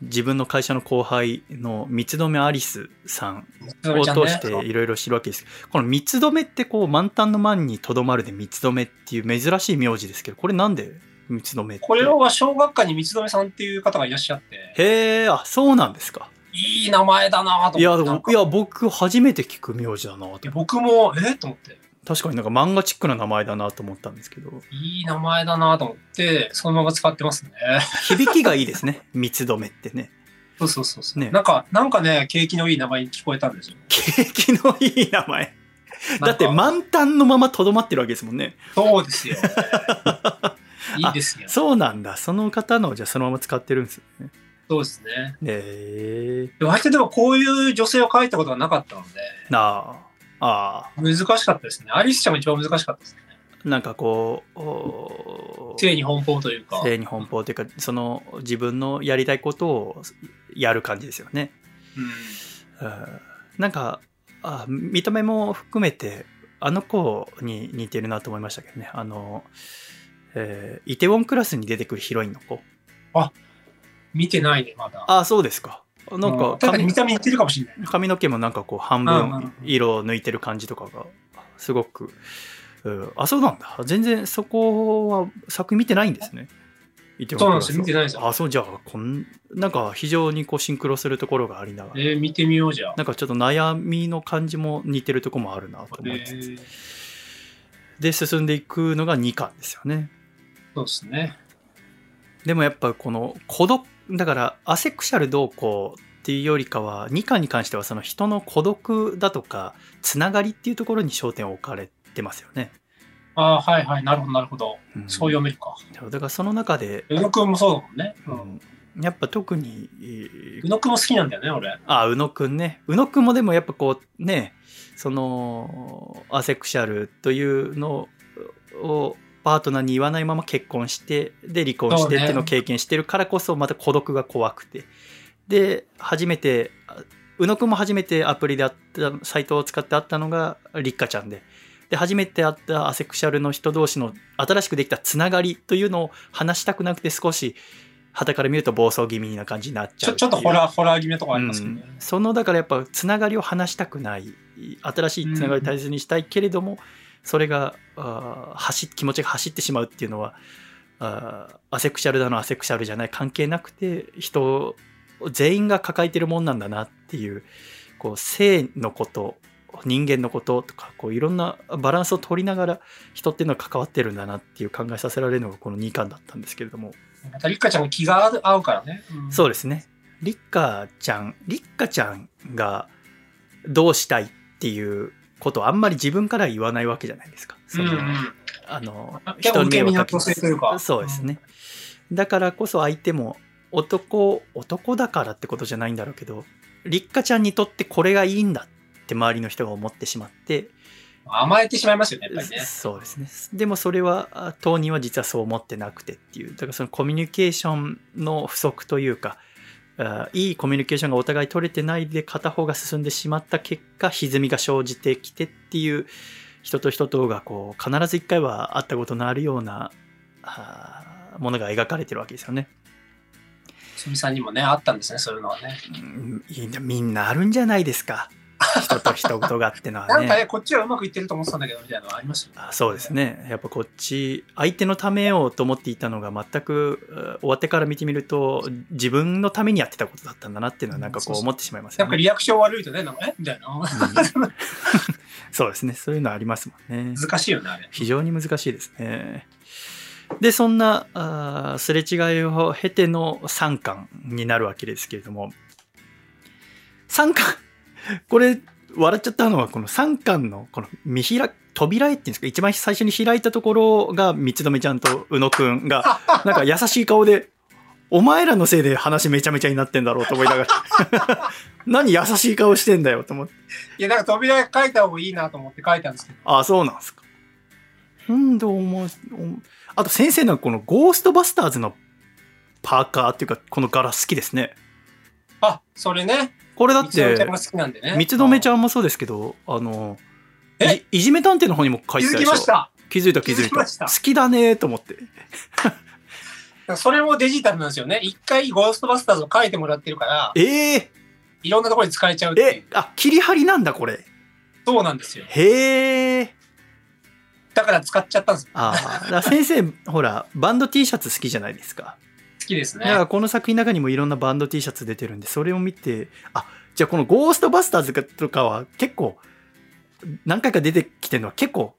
自分の会社の後輩の三つ留アリスさんを通していろいろ知るわけですこの三つ留ってこう満タンの満にとどまるで三つ留っていう珍しい名字ですけどこれなんで三つ留めって
これは小学科に三つ留さんっていう方がいらっしゃって、
へえあそうなんですか
いい名前だなと
いやで
思っ
も
て。
い
いや
や僕初めて聞く名字だなと
僕も、えと思って。
確かになんか漫画チックな名前だなと思ったんですけど
いい名前だなと思って、そのまま使ってますね。
響きがいいですね 三つ留めってね
そうそうそうそう、
ね
なんか、なんかね、景気のいい名前に聞こえたんですよ。
景気のいい名前 だって
なんか
満タンのままとどまってるわけですもんね
そうで すよ。いいですよ。
そうなんだその方のじゃあそのまま使ってるんですね
そうですね。
へえ
で割とでもこういう女性を書いたことがなかったので、
なああ
難しかったですね。アリスちゃんが一番難しかったですね。
あなんかこうお
性に奔放というか。
性に奔放というかその自分のやりたいことをやる感じですよね
うん。
うんなんかあ見た目も含めてあの子に似てるなと思いましたけどねあの、えーイテウォンクラスに出てくるヒロインの子
見てないね、まだ。
あそうですかなん
う
か
確かに
髪
見た目似てるかもしれない。
髪の毛もなんかこう半
うんうんう
分
ん
色を抜いてる感じとかがすごく、うんあそうなんだ全然そこは作品見てないんですねイテウォンクラス
そうなんですよ見てないんですよ
あそうじゃあこんなんか非常にこうシンクロするところがありながら
えー、見てみようじゃあ。
なんかちょっと悩みの感じも似てるとこもあるなと
え
思いつつ
ー、
で進んでいくのが2巻ですよね
そうですね。
でもやっぱこの孤独だからアセクシャルどうこうっていうよりかは2巻に関してはその人の孤独だとかつながりっていうところに焦点を置かれてますよね、
ああ、はいはい、なるほど、なるほど。
うん
そう読めるか。
だからその中で、
宇野くんもそうだもんね。
う
うん
んやっぱ特にえー
宇野くんも好きなんだよね、俺。
あ宇野くんね宇野くんもでもやっぱこうねそのアセクシャルというのをパートナーに言わないまま結婚してで離婚し
そう
て
ね
っていうのを経験してるからこそまた孤独が怖くてで初めてあ宇野くんも初めてアプリで会ったサイトを使って会ったのがりっかちゃんで。で初めて会ったアセクシャルの人同士の新しくできたつながりというのを話したくなくて少し傍から見ると暴走気味な感じになっち
ち
ゃう
ょ
ていう
ちょっとホラー、ホラー気味のとこありますけどね。
うんそのだからやっぱつながりを話したくない新しいつながりを大切にしたいけれども、それがあー走っ気持ちが走ってしまうっていうのはあーアセクシャルだのアセクシャルじゃない関係なくて人全員が抱えてるもんなんだなっていうこう性のこと人間のこととかこういろんなバランスを取りながら人っていうのは関わってるんだなっていう考えさせられるのがこの2巻だったんですけれども
また、りっかちゃんが気が合うからね。うん
そうですね。リッカちゃん、リッカちゃんがどうしたいっていうことをあんまり自分から言わないわけじゃないですか。そ
うん
の
うん。
あの
あ結構受け身な
け
女性というか
そうですね。だからこそ相手も男、男だからってことじゃないんだろうけど、リッカちゃんにとってこれがいいんだって周りの人が思ってしまって、
甘えてしまいますよね、やっぱりね。
そうですねでもそれはあ当人は実はそう思ってなくてっていうだからそのコミュニケーションの不足というかあいいコミュニケーションがお互い取れてないで片方が進んでしまった結果歪みが生じてきてっていう人と人とがこう必ず一回は会ったことのあるようなあものが描かれてるわけですよね。
すみさんにもね、あったんですね、そういうのはね。
うんいやみんなあるんじゃないですか人と人とがっての はね。
なんかね、こっちはうまくいってると思ってたんだけど、みたいなのはありましたよ
あそうですねやっぱこっち相手のためをと思っていたのが全くえー終わってから見てみると自分のためにやってたことだったんだなっていうのはなんかこ
そう
う
そう
思ってしまいます
な
よ
んか
ね。
リアクション悪いとね、なんか、えみたいな。
うん そうですねそういうのありますもんね。
難しいよね、あれ。
非常に難しいですね。でそんなあーすれ違いを経ての3巻になるわけですけれども3巻 これ笑っちゃったのはこの3巻のこの見開扉絵っていうんですか一番最初に開いたところが三つ留ちゃんと宇野くんがなんか優しい顔で「お前らのせいで話めちゃめちゃになってんだろう」と思いながら 「何優しい顔してんだよ」と思って。
いや、なんか扉書いた方がいいなと思って書いたんですけど、
あ、そうなんですか。うんどうも、おあと先生のこのゴーストバスターズのパーカーっていうか、この柄好きですね。
あ、それね。
これだ
三
っ
つの
て
ちゃんが好きなんでね。
三つどめち
ん。
ゃんもそうですけどあの
え
いいじめ探偵の方にも書
気
いてた
づ
で
き
しょ
ました。
気づいた気づい
気づき
た
ました
好きだねーと思って
それもデジタルなんですよね。一回ゴーストバスターズを書いてもらってるから、
ええ
いろんなところに使えちゃうっていう
え。あ切り張りなんだこれ
そうなんですよ。
へえ
だから使っちゃったんです。
あーだから先生ほらバンド T シャツ好きじゃないですか
好きです
だか
ね。
らこの作品の中にもいろんなバンド T シャツ出てるんでそれを見てあじゃあこの「ゴーストバスターズ」とかは結構何回か出てきてるのは結構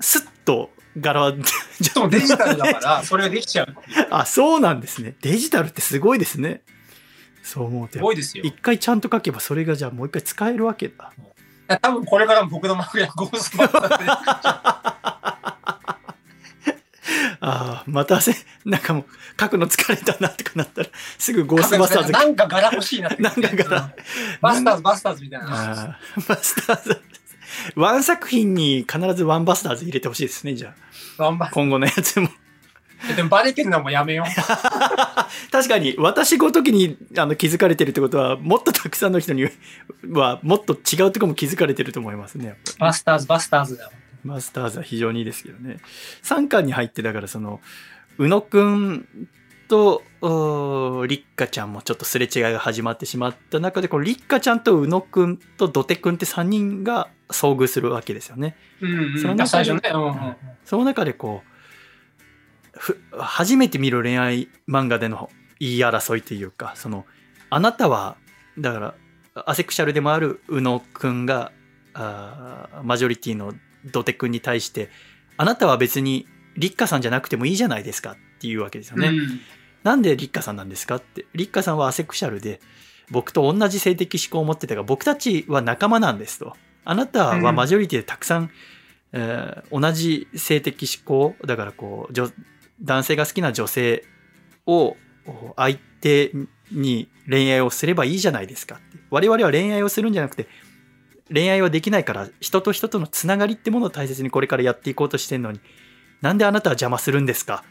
スッと柄 はじゃ
そう、デジタルだから、それができちゃう。
あそうなんですねデジタルってすごいですねそう思うと
す
やっぱ
ごいですよ
一。回ちゃんと書けばそれがじゃあもう一回使えるわけだ
多分これからも僕の漫画ゴーストバスターズで
ああまたせなんかもう書くの疲れたなとかなったらすぐ「ゴーストバスターズ」
なんか柄欲しいなって。
なんか柄
バスターズ、バスターズみたいな。
あーバスターズ。ワン作品に必ずワンバスターズ入れてほしいですね、じゃ
バン
あ。
バ
今後のやつも。
ン。でもバレてるのはもうやめよう。
確かに、私ごときにあの気づかれてるってことは、もっとたくさんの人に は、もっと違うとこも気づかれてると思いますね。
バスターズ、バスターズだよ。
バスターズは非常にいいですけどね。3巻に入って、だからその、宇野くんと、おりっかちゃんもちょっとすれ違いが始まってしまった中で、このりっかちゃんと宇野くんと土手くんって3人が遭遇するわけですよね。
うん、
その中
うん。
で
あ最初ね。うんうんうん。
その中でこうふ初めて見る恋愛漫画での言い争いというかそのあなたはだからアセクシャルでもある宇野くんがあーマジョリティの土手くんに対してあなたは別に立花さんじゃなくてもいいじゃないですかっていうわけですよね。
うん
なんで立花さんなんですかって立花さんはアセクシャルで僕と同じ性的思考を持ってたが僕たちは仲間なんですとあなたはマジョリティでたくさん、えー同じ性的思考だからこう女男性が好きな女性を相手に恋愛をすればいいじゃないですかって我々は恋愛をするんじゃなくて恋愛はできないから人と人とのつながりってものを大切にこれからやっていこうとしてるのになんであなたは邪魔するんですか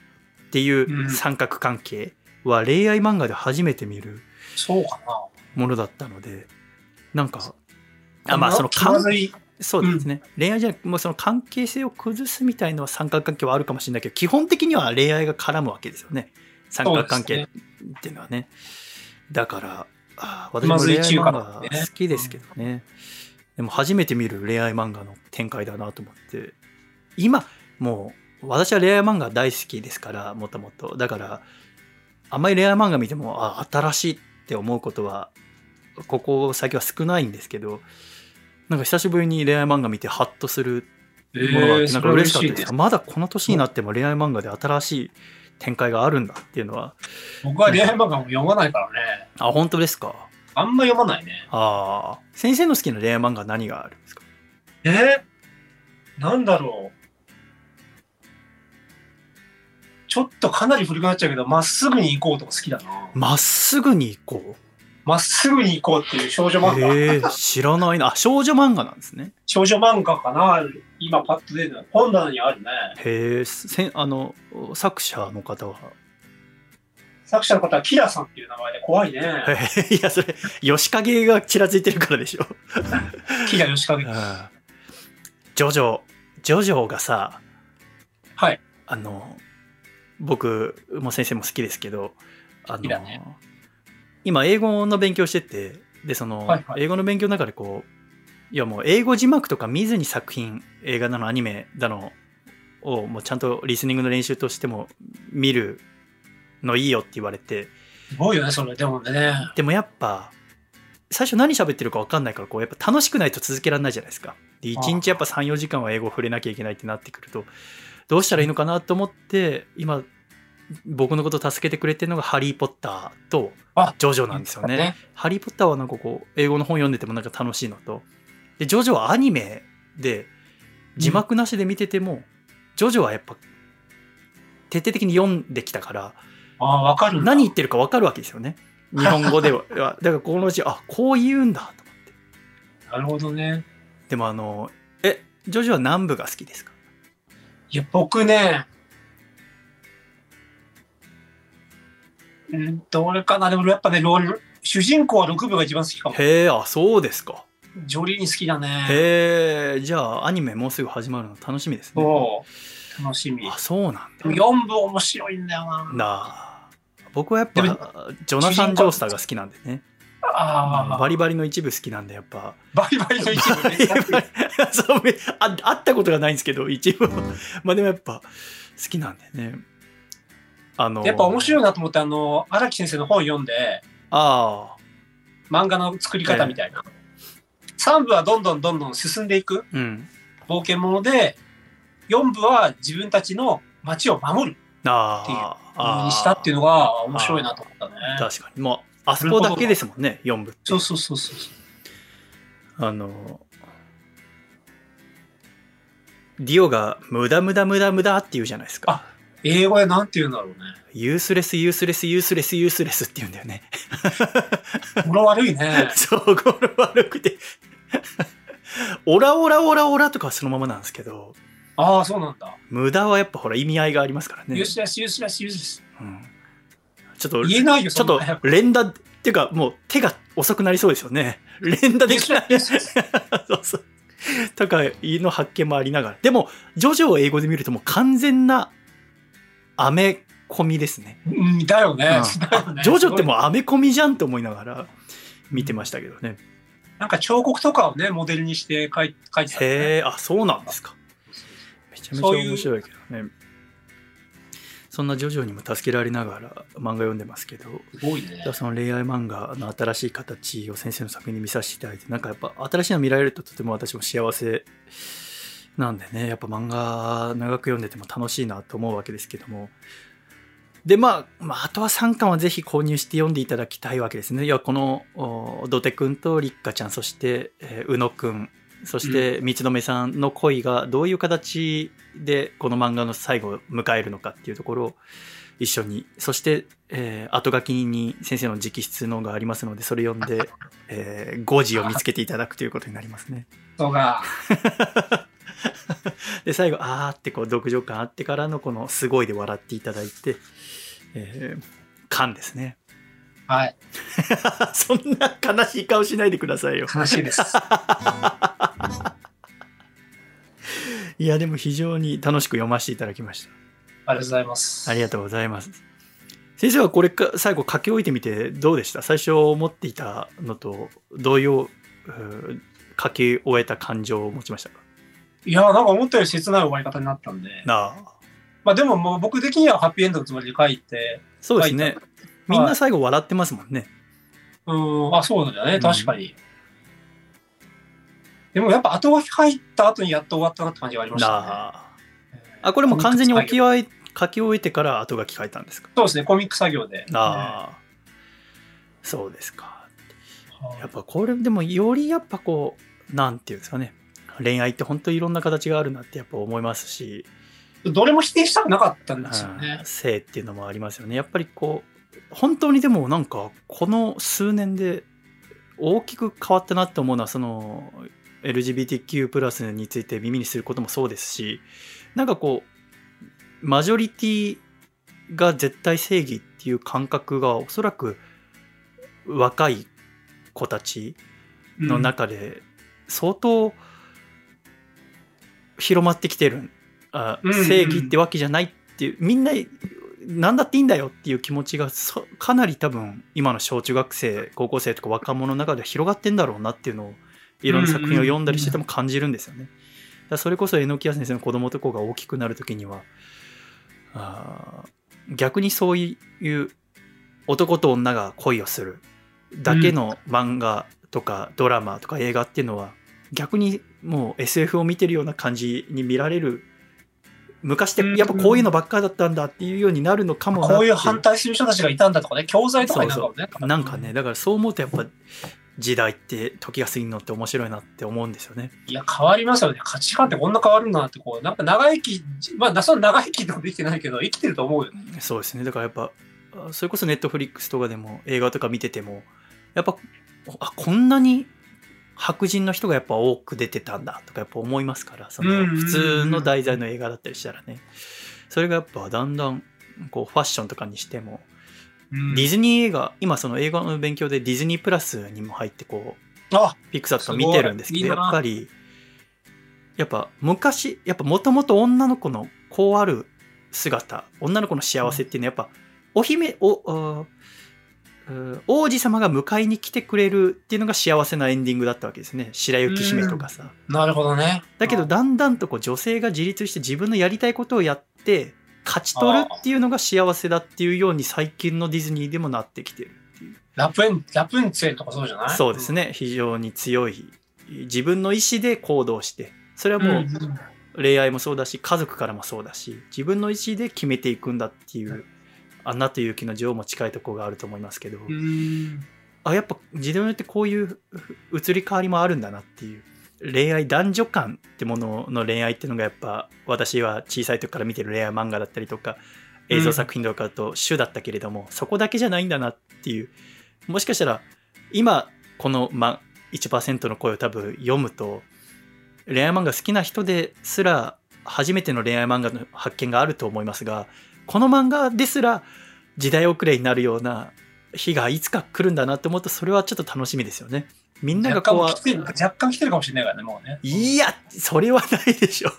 っていう三角関係は恋愛漫画で初めて見る
そうかな。
ものだったのでなんかあまあその
気まず
関
い。
そうですね、恋愛じゃなくもうその関係性を崩すみたいのは三角関係はあるかもしれないけど基本的には恋愛が絡むわけですよね三角関係っていうのはねだからあー私も
まず
恋
い
愛
中
漫
華
画
だ
は
ね
好きですけどねでも初めて見る恋愛漫画の展開だなと思って今もう私は恋愛漫画大好きですからもともとだからあんまり恋愛漫画見てもあ新しいって思うことはここ最近は少ないんですけどなんか久しぶりに恋愛漫画見てハッとする
え
ものがあって
ー
なん
そ
か
れ
嬉
嬉
しかっ
した
で
いです
す。まだこの年になっても恋愛漫画で新しい展開があるんだっていうのは
僕は恋愛漫画も読まないからね。
あ本当ですか
あんま読まないね。
ああ先生の好きな恋愛漫画は何があるんですか
えーなんだろう。ちょっとかなり古くなっちゃうけど、まっすぐに行こうとか好きだな。
まっすぐに行こう
まっすぐに行こうっていう少女漫画。
へえ知らないなあ少女漫画なんですね
少女漫画かな今パッと出てない。本棚にあるね。
へえせんあの作者の方は
作者の方はキラさんっていう名前で怖いね。
へえいやそれ吉影がちらついてるからでしょ
キラ吉影。
ジョジョ、ジョジョがさ、
はい。
あの、僕も先生も好きですけど、あ
き
の、
だね
今英語の勉強してて、で、その、
はいはい
英語の勉強の中でこう、いやもう英語字幕とか見ずに作品、映画なのアニメだのをもうちゃんとリスニングの練習としても見るのいいよって言われて、
すごいよね、それ。でもね。
でもやっぱ最初何喋ってるか分かんないからこうやっぱ楽しくないと続けられないじゃないですか。で1
ああ
日やっぱ34時間は英語を触れなきゃいけないってなってくるとどうしたらいいのかなと思って今僕のことを助けてくれてるのが「ハリー・ポッター」と
あ
「ジョジョ」なんですよね。ハリー・ポッターはなんかこう、英語の本読んでてもなんか楽しいのと、で、ジョジョはアニメで、字幕なしで見てても、ジョジョはやっぱ、徹底的に読んできたから、
ああ、わかるんだ。
何言ってるかわかるわけですよね。日本語で は。いやだからこのうち、あ、こう言うんだと思って。
なるほどね。
でもあの、え、ジョジョは南部が好きですか
いや、僕ね。うん、どれかな。でもやっぱね、ロール、主人公は6部が一番好きかも。
へえ、あ、そうですか。
ジョリーに好きだね。
へえ、じゃあアニメもうすぐ始まるの楽しみですね。
そう。楽しみ。
あ、そうなんだ。
4部面白いんだよな。
なあ僕はやっ
で
ぱジョナサン・ジョースターが好きなんでね、うん
ああ
バ、リバリの一部好きなんでやっぱ
バリバリの一部
バ
ね
リ バリ そうあ会ったことがないんですけど一部はまあでもやっぱ好きなんでねあの
やっぱ面
い
白いなと思って、あの、荒木先生の本読んで、
ああ
漫画の作り方みたいな。3部はどんどんどんどん進んでいく
うん
冒険もので、4部は自分たちの街を守るっていう
ああ
ようにしたっていうのが面白いなと思ったね。
ああ確かにもうあそこだけですもんね4部って
そうそうそうそう。
あのディオが「無駄無駄無駄無駄」って言うじゃないですか
英語でなんて言うんだろうね。
ユースレスユースレスユースレスユースレスって言うんだよね。。
語呂悪い ね
そう、これ悪くて。オラオラオラオラとかはそのままなんですけど、
ああ、そうなんだ。
無駄はやっぱほら意味合いがありますからね。
ユースレス、ユースレス、ユースレス。
うんちょっと、
言えないよ、
ちょっと
そんな
連打っていうかもう手が遅くなりそうですよね。連打できない。
ユースレス
そうそう。とか、いの発見もありながら。でも、ジョジョを英語で見るともう完全なアメ込みですね。
うん、だよね。
うん
だよね
ジョジョってもうアメコミじゃんと思いながら見てましたけどね。
なんか彫刻とかをね、モデルにして描い描いてた、ね。
へえ、あ、そうなんですか。めちゃめちゃ
そういう
面白いけどね。そんなジョジョにも助けられながら漫画読んでますけど、
すごいね。
その恋愛漫画の新しい形を先生の作品に見させていただいて、なんかやっぱ新しいの見られるととても私も幸せなんでね、やっぱ漫画長く読んでても楽しいなと思うわけですけども。で、まあ、まあ、あとは3巻はぜひ購入して読んでいただきたいわけですね。いや、この、お土手くんと立花ちゃん、そして、えー宇野くん、そして、三つのめさんの恋がどういう形でこの漫画の最後を迎えるのかっていうところを一緒に、そして、えー後書きに先生の直筆のがありますので、それ読んで、えー、5時を見つけていただくということになりますね。
人が、
で最後あーってこう独情感あってからのこの「すごい」で笑っていただいて、えー、感ですね
はい、
そんな悲しい顔しないでくださいよ
悲し いです。
いやでも非常に楽しく読ませていただきまし
ありがとうございます。
たありが
と
とうございます先生はこれか最後書き置いてみてどうでした最初思っていたのと同様うー書き終えた感情を持ちましたか
う。いや、なんか思ったより切ない終わり方になったんで。
なあ
まあでももう僕的にはハッピーエンドのつもりで書いて、
そうですね
書いた
みんな最後笑ってますもんね
うん、あ、そうなんだよ
う
ね、
ん
確かに。でもやっぱ後書き書いた後にやっと終わったなって感じがありましたね。
なああこれも完全に置き
は。
終え書き終えてから後書き書いたんですか
そうですね、コミック作業で。
ああ、そうですか
はい
やっぱこれでもよりやっぱこうなんていうんですかね恋愛って本当にいろんな形があるなってやっぱ思いますし、
どれも否定したくなかったんですよ
うん。
ね
性っていうのもありますよねやっぱりこう本当にでもなんかこの数年で大きく変わったなって思うのはその LGBTQ+ について耳にすることもそうですしなんかこうマジョリティが絶対正義っていう感覚がおそらく若い子たちの中で相当広まってきてる、あ
うんうん
正義ってわけじゃないっていうみんな何だっていいんだよっていう気持ちがそかなり多分今の小中学生高校生とか若者の中で広がってんだろうなっていうのをいろんな作品を読んだりしてても感じるんですよね。だからそれこそ榎谷先生の子供と子が大きくなる時にはあー逆にそういう男と女が恋をするだけの漫画とかドラマとか映画っていうのは逆にもう SF を見てるような感じに見られる昔ってやっぱこういうのばっかだったんだっていうようになるのかもなって
こういう反対する人たちがいたんだとかね、教材とかになんかもね。
なんかねだからそう思うとやっぱ時代って時が過ぎるのって面白いなって思うんですよね
いや、変わりますよね。価値観ってこんな変わるんだなって、こう、なんか長生き、まあ、その長生きとかできてないけど、生きてると思うよね。
そうですねだからやっぱあそれこそネットフリックスとかでも映画とか見ててもやっぱあこんなに白人の人がやっぱ多く出てたんだとかやっぱ思いますからそ
うんうん
の
うんうん
普通の題材の映画だったりしたらねそれがやっぱだんだんこうファッションとかにしても
うん
ディズニー映画、今その英語の勉強でディズニープラスにも入ってこう、
あ、
ピクサーとか見てるんですけど、
すごいいいな
やっぱり、やっぱ昔、やっぱもともと女の子のこうある姿、女の子の幸せっていうのはやっぱ、お姫、お、あーうー王子様が迎えに来てくれるっていうのが幸せなエンディングだったわけですね。白雪姫とかさ。
なるほどね。
だけど、だんだんとこう女性が自立して自分のやりたいことをやって勝ち取るっていうのが幸せだっていうように最近のディズニーでもなってきてるっていう
ラプン、ラプンツェルとかそうじゃない
そうです。ね非常に強い自分の意思で行動してそれは
うん
も
うんうん
う恋愛もそうだし家族からもそうだし自分の意思で決めていくんだっていうう「アナと雪の女王」も近いところがあると思いますけど
うん。
あやっぱ自分によってこういうふ移り変わりもあるんだなっていう恋愛男女間ってものの恋愛っていうのがやっぱ私は小さい時から見てる恋愛漫画だったりとか映像作品とかだと主だったけれども、そこだけじゃないんだなっていうもしかしたら今この、ま、1%の声を多分読むと恋愛漫画好きな人ですら初めての恋愛漫画の発見があると思いますがこの漫画ですら時代遅れになるような日がいつか来るんだなって思うとそれはちょっと楽しみですよね。みんなが
若干
こう
もう来てる、若干来てるかもしれないからね、もうね。
いやそれはないでしょ。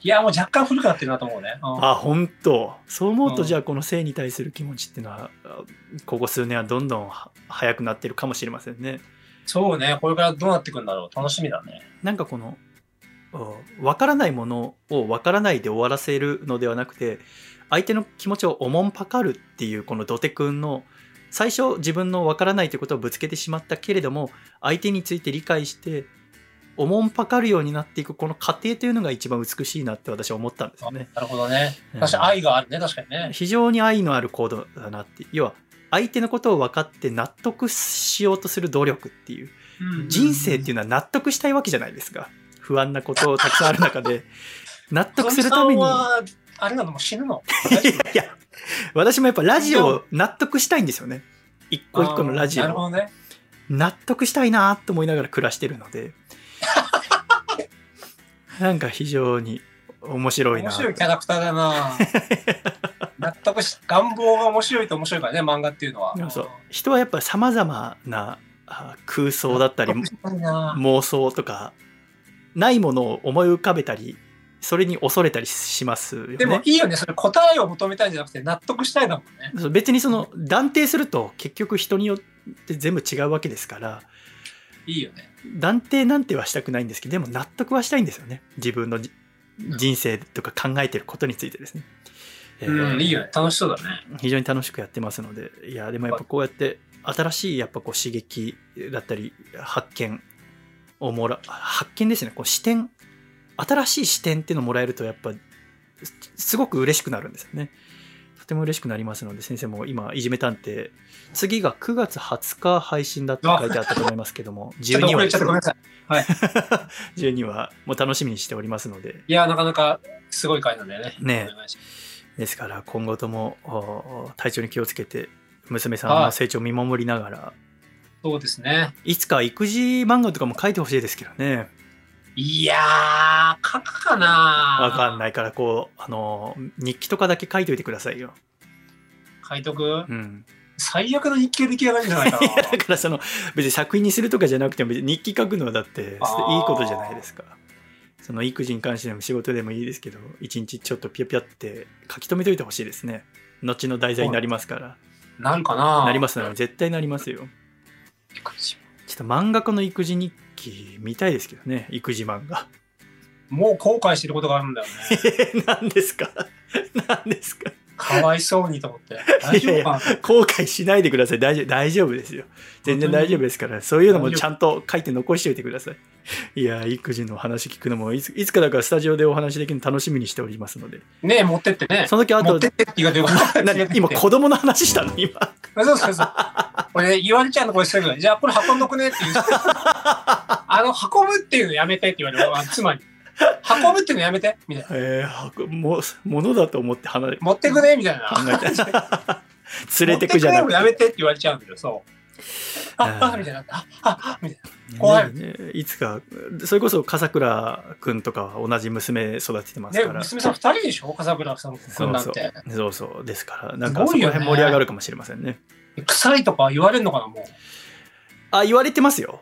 いや、もう若干古くなってるなと思うね。うん
あ本当そう思うと
うん
じゃあこの性に対する気持ちっていうのはあここ数年はどんどんは早くなってるかもしれませんね
そうね、これからどうなってくるんだろう。楽しみだね。
なんかこのうんわからないものをわからないで終わらせるのではなくて相手の気持ちをおもんぱかるっていうこの土手くんの最初自分のわからないということをぶつけてしまったけれども相手について理解しておもんぱかるようになっていくこの過程というのが一番美しいなって私は思ったんですよね。
なるほどね。
うん
確かに愛があるね、確かにね。
非常に愛のある行動だなって要は相手のことを分かって納得しようとする努力っていう人生っていう
う
のは納得したいわけじゃないですか不安な ことをたくさんある中で納得するために
ん
い
さんはあれなのもう死ぬの
や私もやっぱラジオを納得したいんですよね一個一個のラジ
あーなる
オ
ほ
を
どね。
納得したいなと思いながら暮らしてるの でなんか非常に面白いな
面白いキャラクター だな納得し、願望が面白いと面白いからね、漫画っていうのは。
そうそう人はやっぱさまざまなあ空想だったり
面白いな
妄想とかないものを思い浮かべたりそれに恐れたりしますよね
でもいいよね、それ答えを求めたいんじゃなくて納得したいだもんね。
そう別にその断定すると結局人によって全部違うわけですから
いいよね。
断定なんてはしたくないんですけどでも納得はしたいんですよね自分のじ
うん
人生とか考えてることについてですね、えー
うん、いいよね。楽しそうだね。
非常に楽しくやってますのでいやでもやっぱこうやって新しいやっぱこう刺激だったり発見をもら発見ですねこう視点新しい視点っていうのをもらえるとやっぱすすごく嬉しくなるんですよねとても嬉しくなりますので先生も今いじめ探偵次が9月20日配信だって書いてあったと思いますけど も
ちょっと
12
遅
話
れ
で
ち
す
ゃってごめんなさい。
12話もう楽しみにしておりますので
いや、なかなかすごい回なんだよね。
ねえ
お願いします
ですから今後ともお体調に気をつけて娘さんの成長を見守りながら
そうですね。
いつか育児漫画とかも書いてほしいですけどね。
いやー、書くかな
わかん
い。
ないから、こう、あの、日記とかだけ書いておいてくださいよ。
書いとく
うん。
最悪の日記が出来上がるんじゃないか
い
な
や、。だからその、別に作品にするとかじゃなくても、別に日記書くのはだって、いい
あー
ことじゃないですか。その育児に関してでも仕事でもいいですけど、一日ちょっとピャピャって書き留めといてほしいですね。後の題材になりますから。
なるかな
なりますなります絶対なりますよ。ちょっと漫画家の育児日記見たいですけどね、育児漫画。
もう後悔してることがあるんだよね。
何ですか何ですか
かわいそうにと思って。大丈夫かな
後悔しないでください大丈夫大丈夫ですよ全然大丈夫ですからそういうのもちゃんと書いて残しておいてくださいいや育児の話聞くのもいついつかだからスタジオでお話できるの楽しみにしておりますので
ねえ、持ってってね。
その時あ
持
と
ってってって言われて
な 今
こ
子供の話したの今
そうそうそう。これ、言われちゃうのこれすぐ。じゃあこれ運んどくねって 言う。あの、運ぶっていうのやめてって言われる。あ妻に。運ぶっていうのやめてみたいな。
えー、もものだと思って離れ考
持ってくねみたいな。
えた連れてくじゃなく
持ってくねもやめてって言われちゃうんだよ、そあ、あ、みたいな。あ、あ、みたいな。怖い。
ねいつか、それこそ笠倉くんとかは同じ娘育ててます
ね、
から。
娘さん二人でしょ笠倉さんくんなんて。
そうそう。ですから、なんかそ
す
こ
ごいよ
ら
ね
辺盛り上がるかもしれませんね。
臭いとか言われんのかな、もう。
あ、言われてますよ。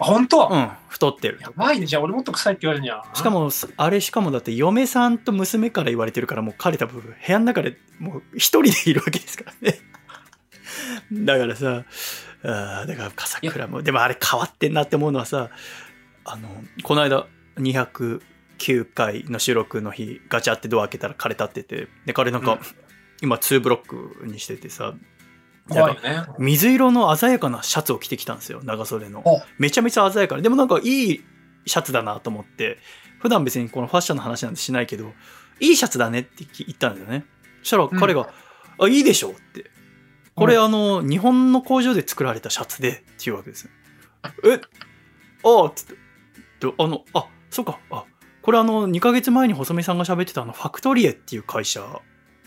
あ、本当、
うん、太ってる
や。ばいね。じゃあ俺もっと臭いって言われるんや。
しかも、あれしかもだって嫁さんと娘から言われてるから、もう彼多分部屋の中でもう一人でいるわけですからね。 だからさ、あーだから笠倉も、でもあれ変わってんなって思うのはさ、あの、この間209回の収録の日、ガチャってドア開けたら彼立ってて、で、彼なんか、
うん
今2ブロックにしててさ、
怖いよね。
水色の鮮やかなシャツを着てきたんですよ長袖の
お
めちゃめちゃ鮮やかなでもなんかいいシャツだなと思って普段別にこのファッションの話なんてしないけどいいシャツだねって言ったんですよねそしたら彼が「あいいでしょ」って「これあの日本の工場で作られたシャツで」って言うわけですよえああっつってであのあそっかあこれあの2ヶ月前に細見さんが喋ってたあのファクトリエっていう会社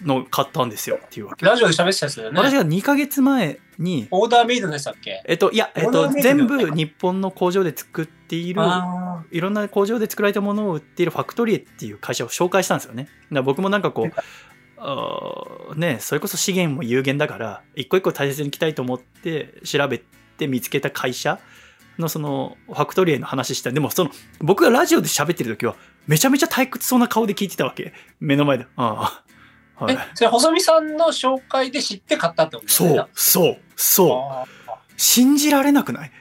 の買ったんですよっていうわけ
ラジオで喋ってたやつだよ
私
ね。
が2ヶ月前に
オーダーメイドのやつだっけ
えっと、いや、えっ
オー
と
ダー、メイド
全
だよ
部
ね
日本の工場で作っている、
あ
いろんな工場で作られたものを売っているファクトリエっていう会社を紹介したんですよね。だから僕もなんかこう、あーね、それこそ資源も有限だから、一個一個大切にきたいと思って調べて見つけた会社のそのファクトリエの話した。でもその、僕がラジオで喋ってる時は、めちゃめちゃ退屈そうな顔で聞いてたわけ。目の前で。ああ。
あ。
は
え
い。、
それ細見さんの紹介で知って買ったってことだ
そ
よ
う
ね、
そう、そう。
あ
信じられなくない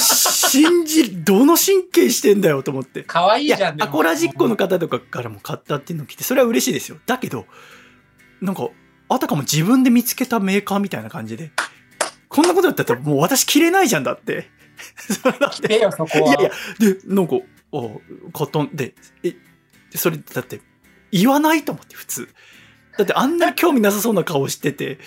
信じ、どの神経してんだよと思って
ー。かわいい
い
じゃ
や
ん。、で
ア
も
コラジッコの方とかからも買ったっていうのを聞いて、それは嬉しいですよ。だけど、なんか、あたかも自分で見つけたメーカーみたいな感じで、こんなことやったらもう私着れないじゃんだ って。それだって
いやいや、そこ
い
は。
やいや、で、なんか、あコットンで、え、それ、だって、言わないと思って、普通。だって、あんなに興味なさそうな顔してて、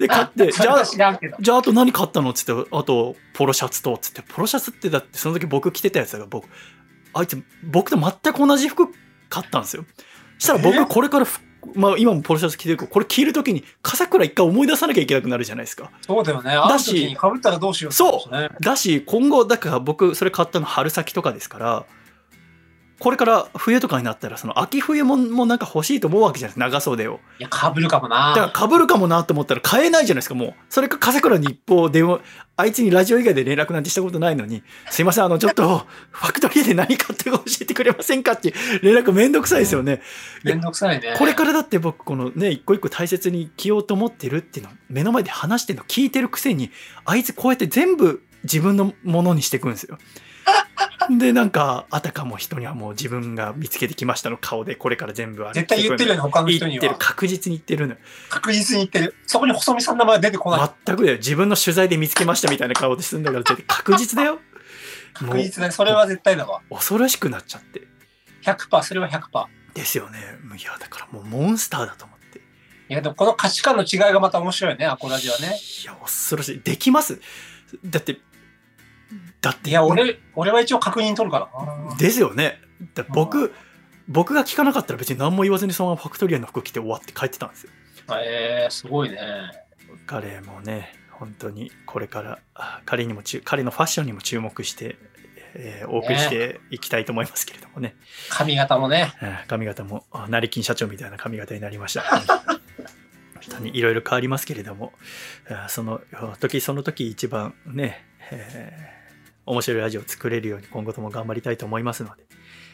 で、買って、
それ
じゃ
は
あ、
知らんけど。
じゃああと何買ったのっつってあとポロシャツとっつってポロシャツってだってその時僕着てたやつだから僕あいつ僕と全く同じ服買ったんですよしたら
え
僕これから服まあ今もポロシャツ着てるけどこれ着る時に笠倉一回思い出さなきゃいけなくなるじゃないですか
そうだよね。あの
だし
時に被ったらどうしようってことね
だし今後だから僕それ買ったの春先とかですからこれから冬とかになったらその秋冬ももうなんか欲しいと思うわけじゃないですか長袖を
いや、かぶるかもな。
だから被るかもなと思ったら買えないじゃないですか、もう。それか、笠倉に一方電話、あいつにラジオ以外で連絡なんてしたことないのに、すいません、あの、ちょっと、ファクトリーで何買ったか教えてくれませんかっていう連絡めんどくさいですよね。
めんどくさいね。
これからだって僕、このね、一個一個大切に着ようと思ってるっていうの、目の前で話してるの聞いてるくせに、あいつこうやって全部自分のものにしてくんです よ。で、なんか、あたかも人にはもう自分が見つけてきましたの顔で、これから全部あれ
絶対言ってるよね、他の人
言
に
ってる
は。
確実に言ってるのよ
確実に言ってる。そこに細見さんの名前出てこない。
全くだよ自分の取材で見つけましたみたいな顔で済んだから 絶対確実だよも
確
う
実だね。それは絶対だわ。
恐ろしくなっちゃって
100%、それは100%。
ですよねもういやだからもうモンスターだと思ってい
いや、でもこの価値観の違いがまた面白いね、アコラジはね。
や恐ろしいできますだってだって
いや、俺、俺は一応確認取るからな。
ですよねだ
う
僕僕が聞かなかったら別に何も言わずにそのままファクトリアの服着て終わって帰ってたんですよ
えー、すごいね。
彼もね本当にこれからあ彼にも注彼のファッションにも注目して、えーお送りしていきたいと思いますけれどもね
髪型もね。
あ髪型もあ成金社長みたいな髪型になりました 本当にいろいろ変わりますけれどもあそのあ時その時一番ね、えー面白いラジオを作れるように今後とも頑張りたいと思いますので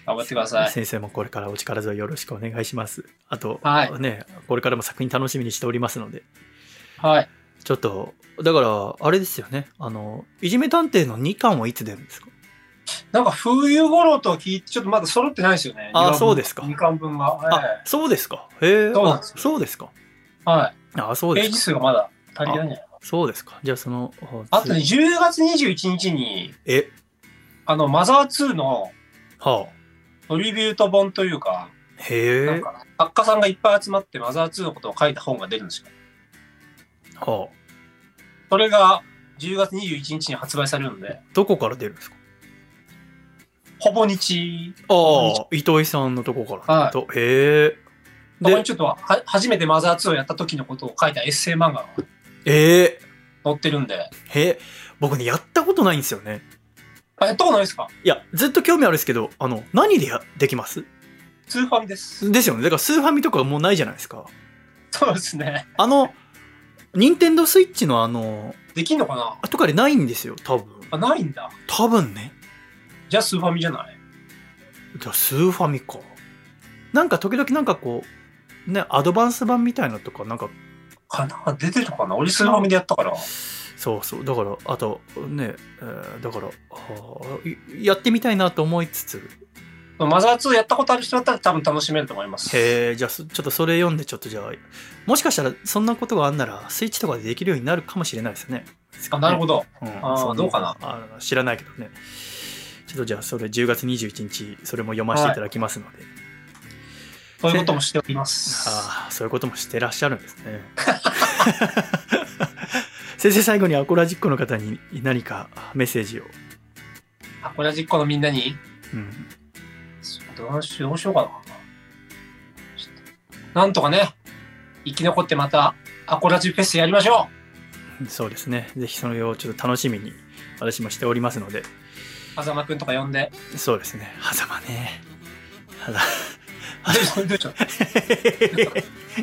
頑張ってください。
先生もこれからお力添えよろしくお願いしますあと、
はい
ねこれからも作品楽しみにしておりますので
はい。
ちょっとだからあれですよねあのいじめ探偵の2巻はいつ出るんですか
なんか、冬頃と聞いて、ちょっとまだ揃ってないですよね。
あそうですか
2巻分が。
あそうですかへえ
そうなんですよ
あそうですか
は
あそ
い。
うで
ペー
すか
ジ数がまだ足りてないんじゃない
そうですかじゃあその
あとね、10月21日に、
え、
あの、マザー2の
は
トリビュート本というか、
あ、へ
なん
え、
か作家さんがいっぱい集まってマザー2のことを書いた本が出るんですよ。
はあ、
それが10月21日に発売されるので、
どこから出るんですか
ほぼ日、
ああ、糸井さんのとこから、
はい
とへえ、
そこ
で
に、ちょっとはは初めてマザー2をやった時のことを書いたエッセイ漫画が
ええ
乗ってるんで。
へ僕ね、やったことないんですよね。
あ、やったことないですか
いや、ずっと興味あるんですけど、あの、何でや、できます
スーファミです。
ですよね。だから、スーファミとかもうないじゃないですか。
そうですね。
あの、任天堂スイッチのあの、
できんのかな
とかでないんですよ、多分。
あ、ないんだ。
多分ね。
じゃあスーファミじゃない
じゃあスーファミか。なんか時々なんかこう、ね、アドバンス版みたいなとか、なんか、
かな出てるかな俺スーファミでやったから。
そうそう、だから、あと、ね、えーだから、あーいやってみたいなと思いつつ、
マザー2やったことある人だったら多分楽しめると思います。
へえ、じゃあそちょっとそれ読んで、ちょっとじゃあ、もしかしたらそんなことがあんなら、スイッチとかでできるようになるかもしれないですね。
あ、なるほ
ど。
ど。
うん
あー
その
どうかな
あー知らないけどね。ちょっとじゃあ、それ10月21日、それも読ませていただきますので、
そういうこともしております。
ああそういうこともしてらっしゃるんですね 先生最後にアコラジックの方に何かメッセージを、
あ、これは実行のみんなに
うん、
どうしようどうしようかな。ちょっとなんとかね、生き残ってまたアコラジフェスやりましょ
そうですねぜひそれをちょっと楽しみに私もしておりますので
う風間くんとか呼んで。
そうですね狭間ね狭
どうでしょう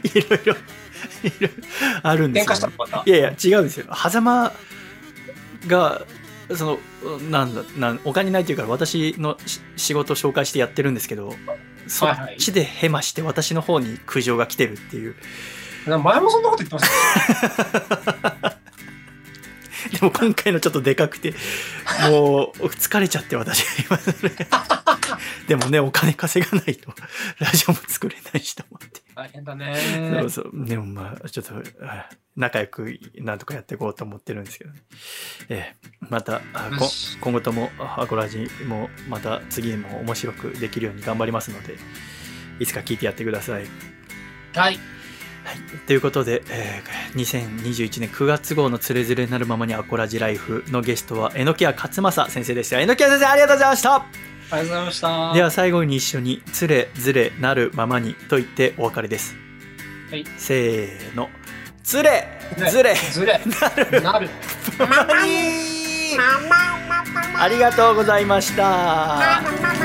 いろいろいろいろあるんで
喧
すよ
嘩したのまた
い。やいや違うんですよ狭間がそのなんだなんお金ないというから私のし仕事を紹介してやってるんですけどそ
はい
っ
はい
ちでヘマして私の方に苦情が来てるっていう
前もそんなこと言ってました。
でも今回のちょっとでかくてもう疲れちゃって私 今それでもねお金稼がないとラジオも作れないしと思って、
大変だ
そう
ね。
そうでもまあちょっとあ仲良くなんとかやっていこうと思ってるんですけどね、ええまたあこ
よし
今後ともあアコラジもまた次も面白くできるように頑張りますのでいつか聞いてやってください。
はい。
はい、ということで、えー2021年9月号の「つれづれなるままにアコラジライフ」のゲストは榎谷勝正先生でした榎谷先生ありがとうございました
ありがとうございました。
では最後に一緒に「つれづれなるままに」と言ってお別れです、
はい
せーの「つれずれ
ずれ。なる。
ままに」ありがとうございました
Mama, mama,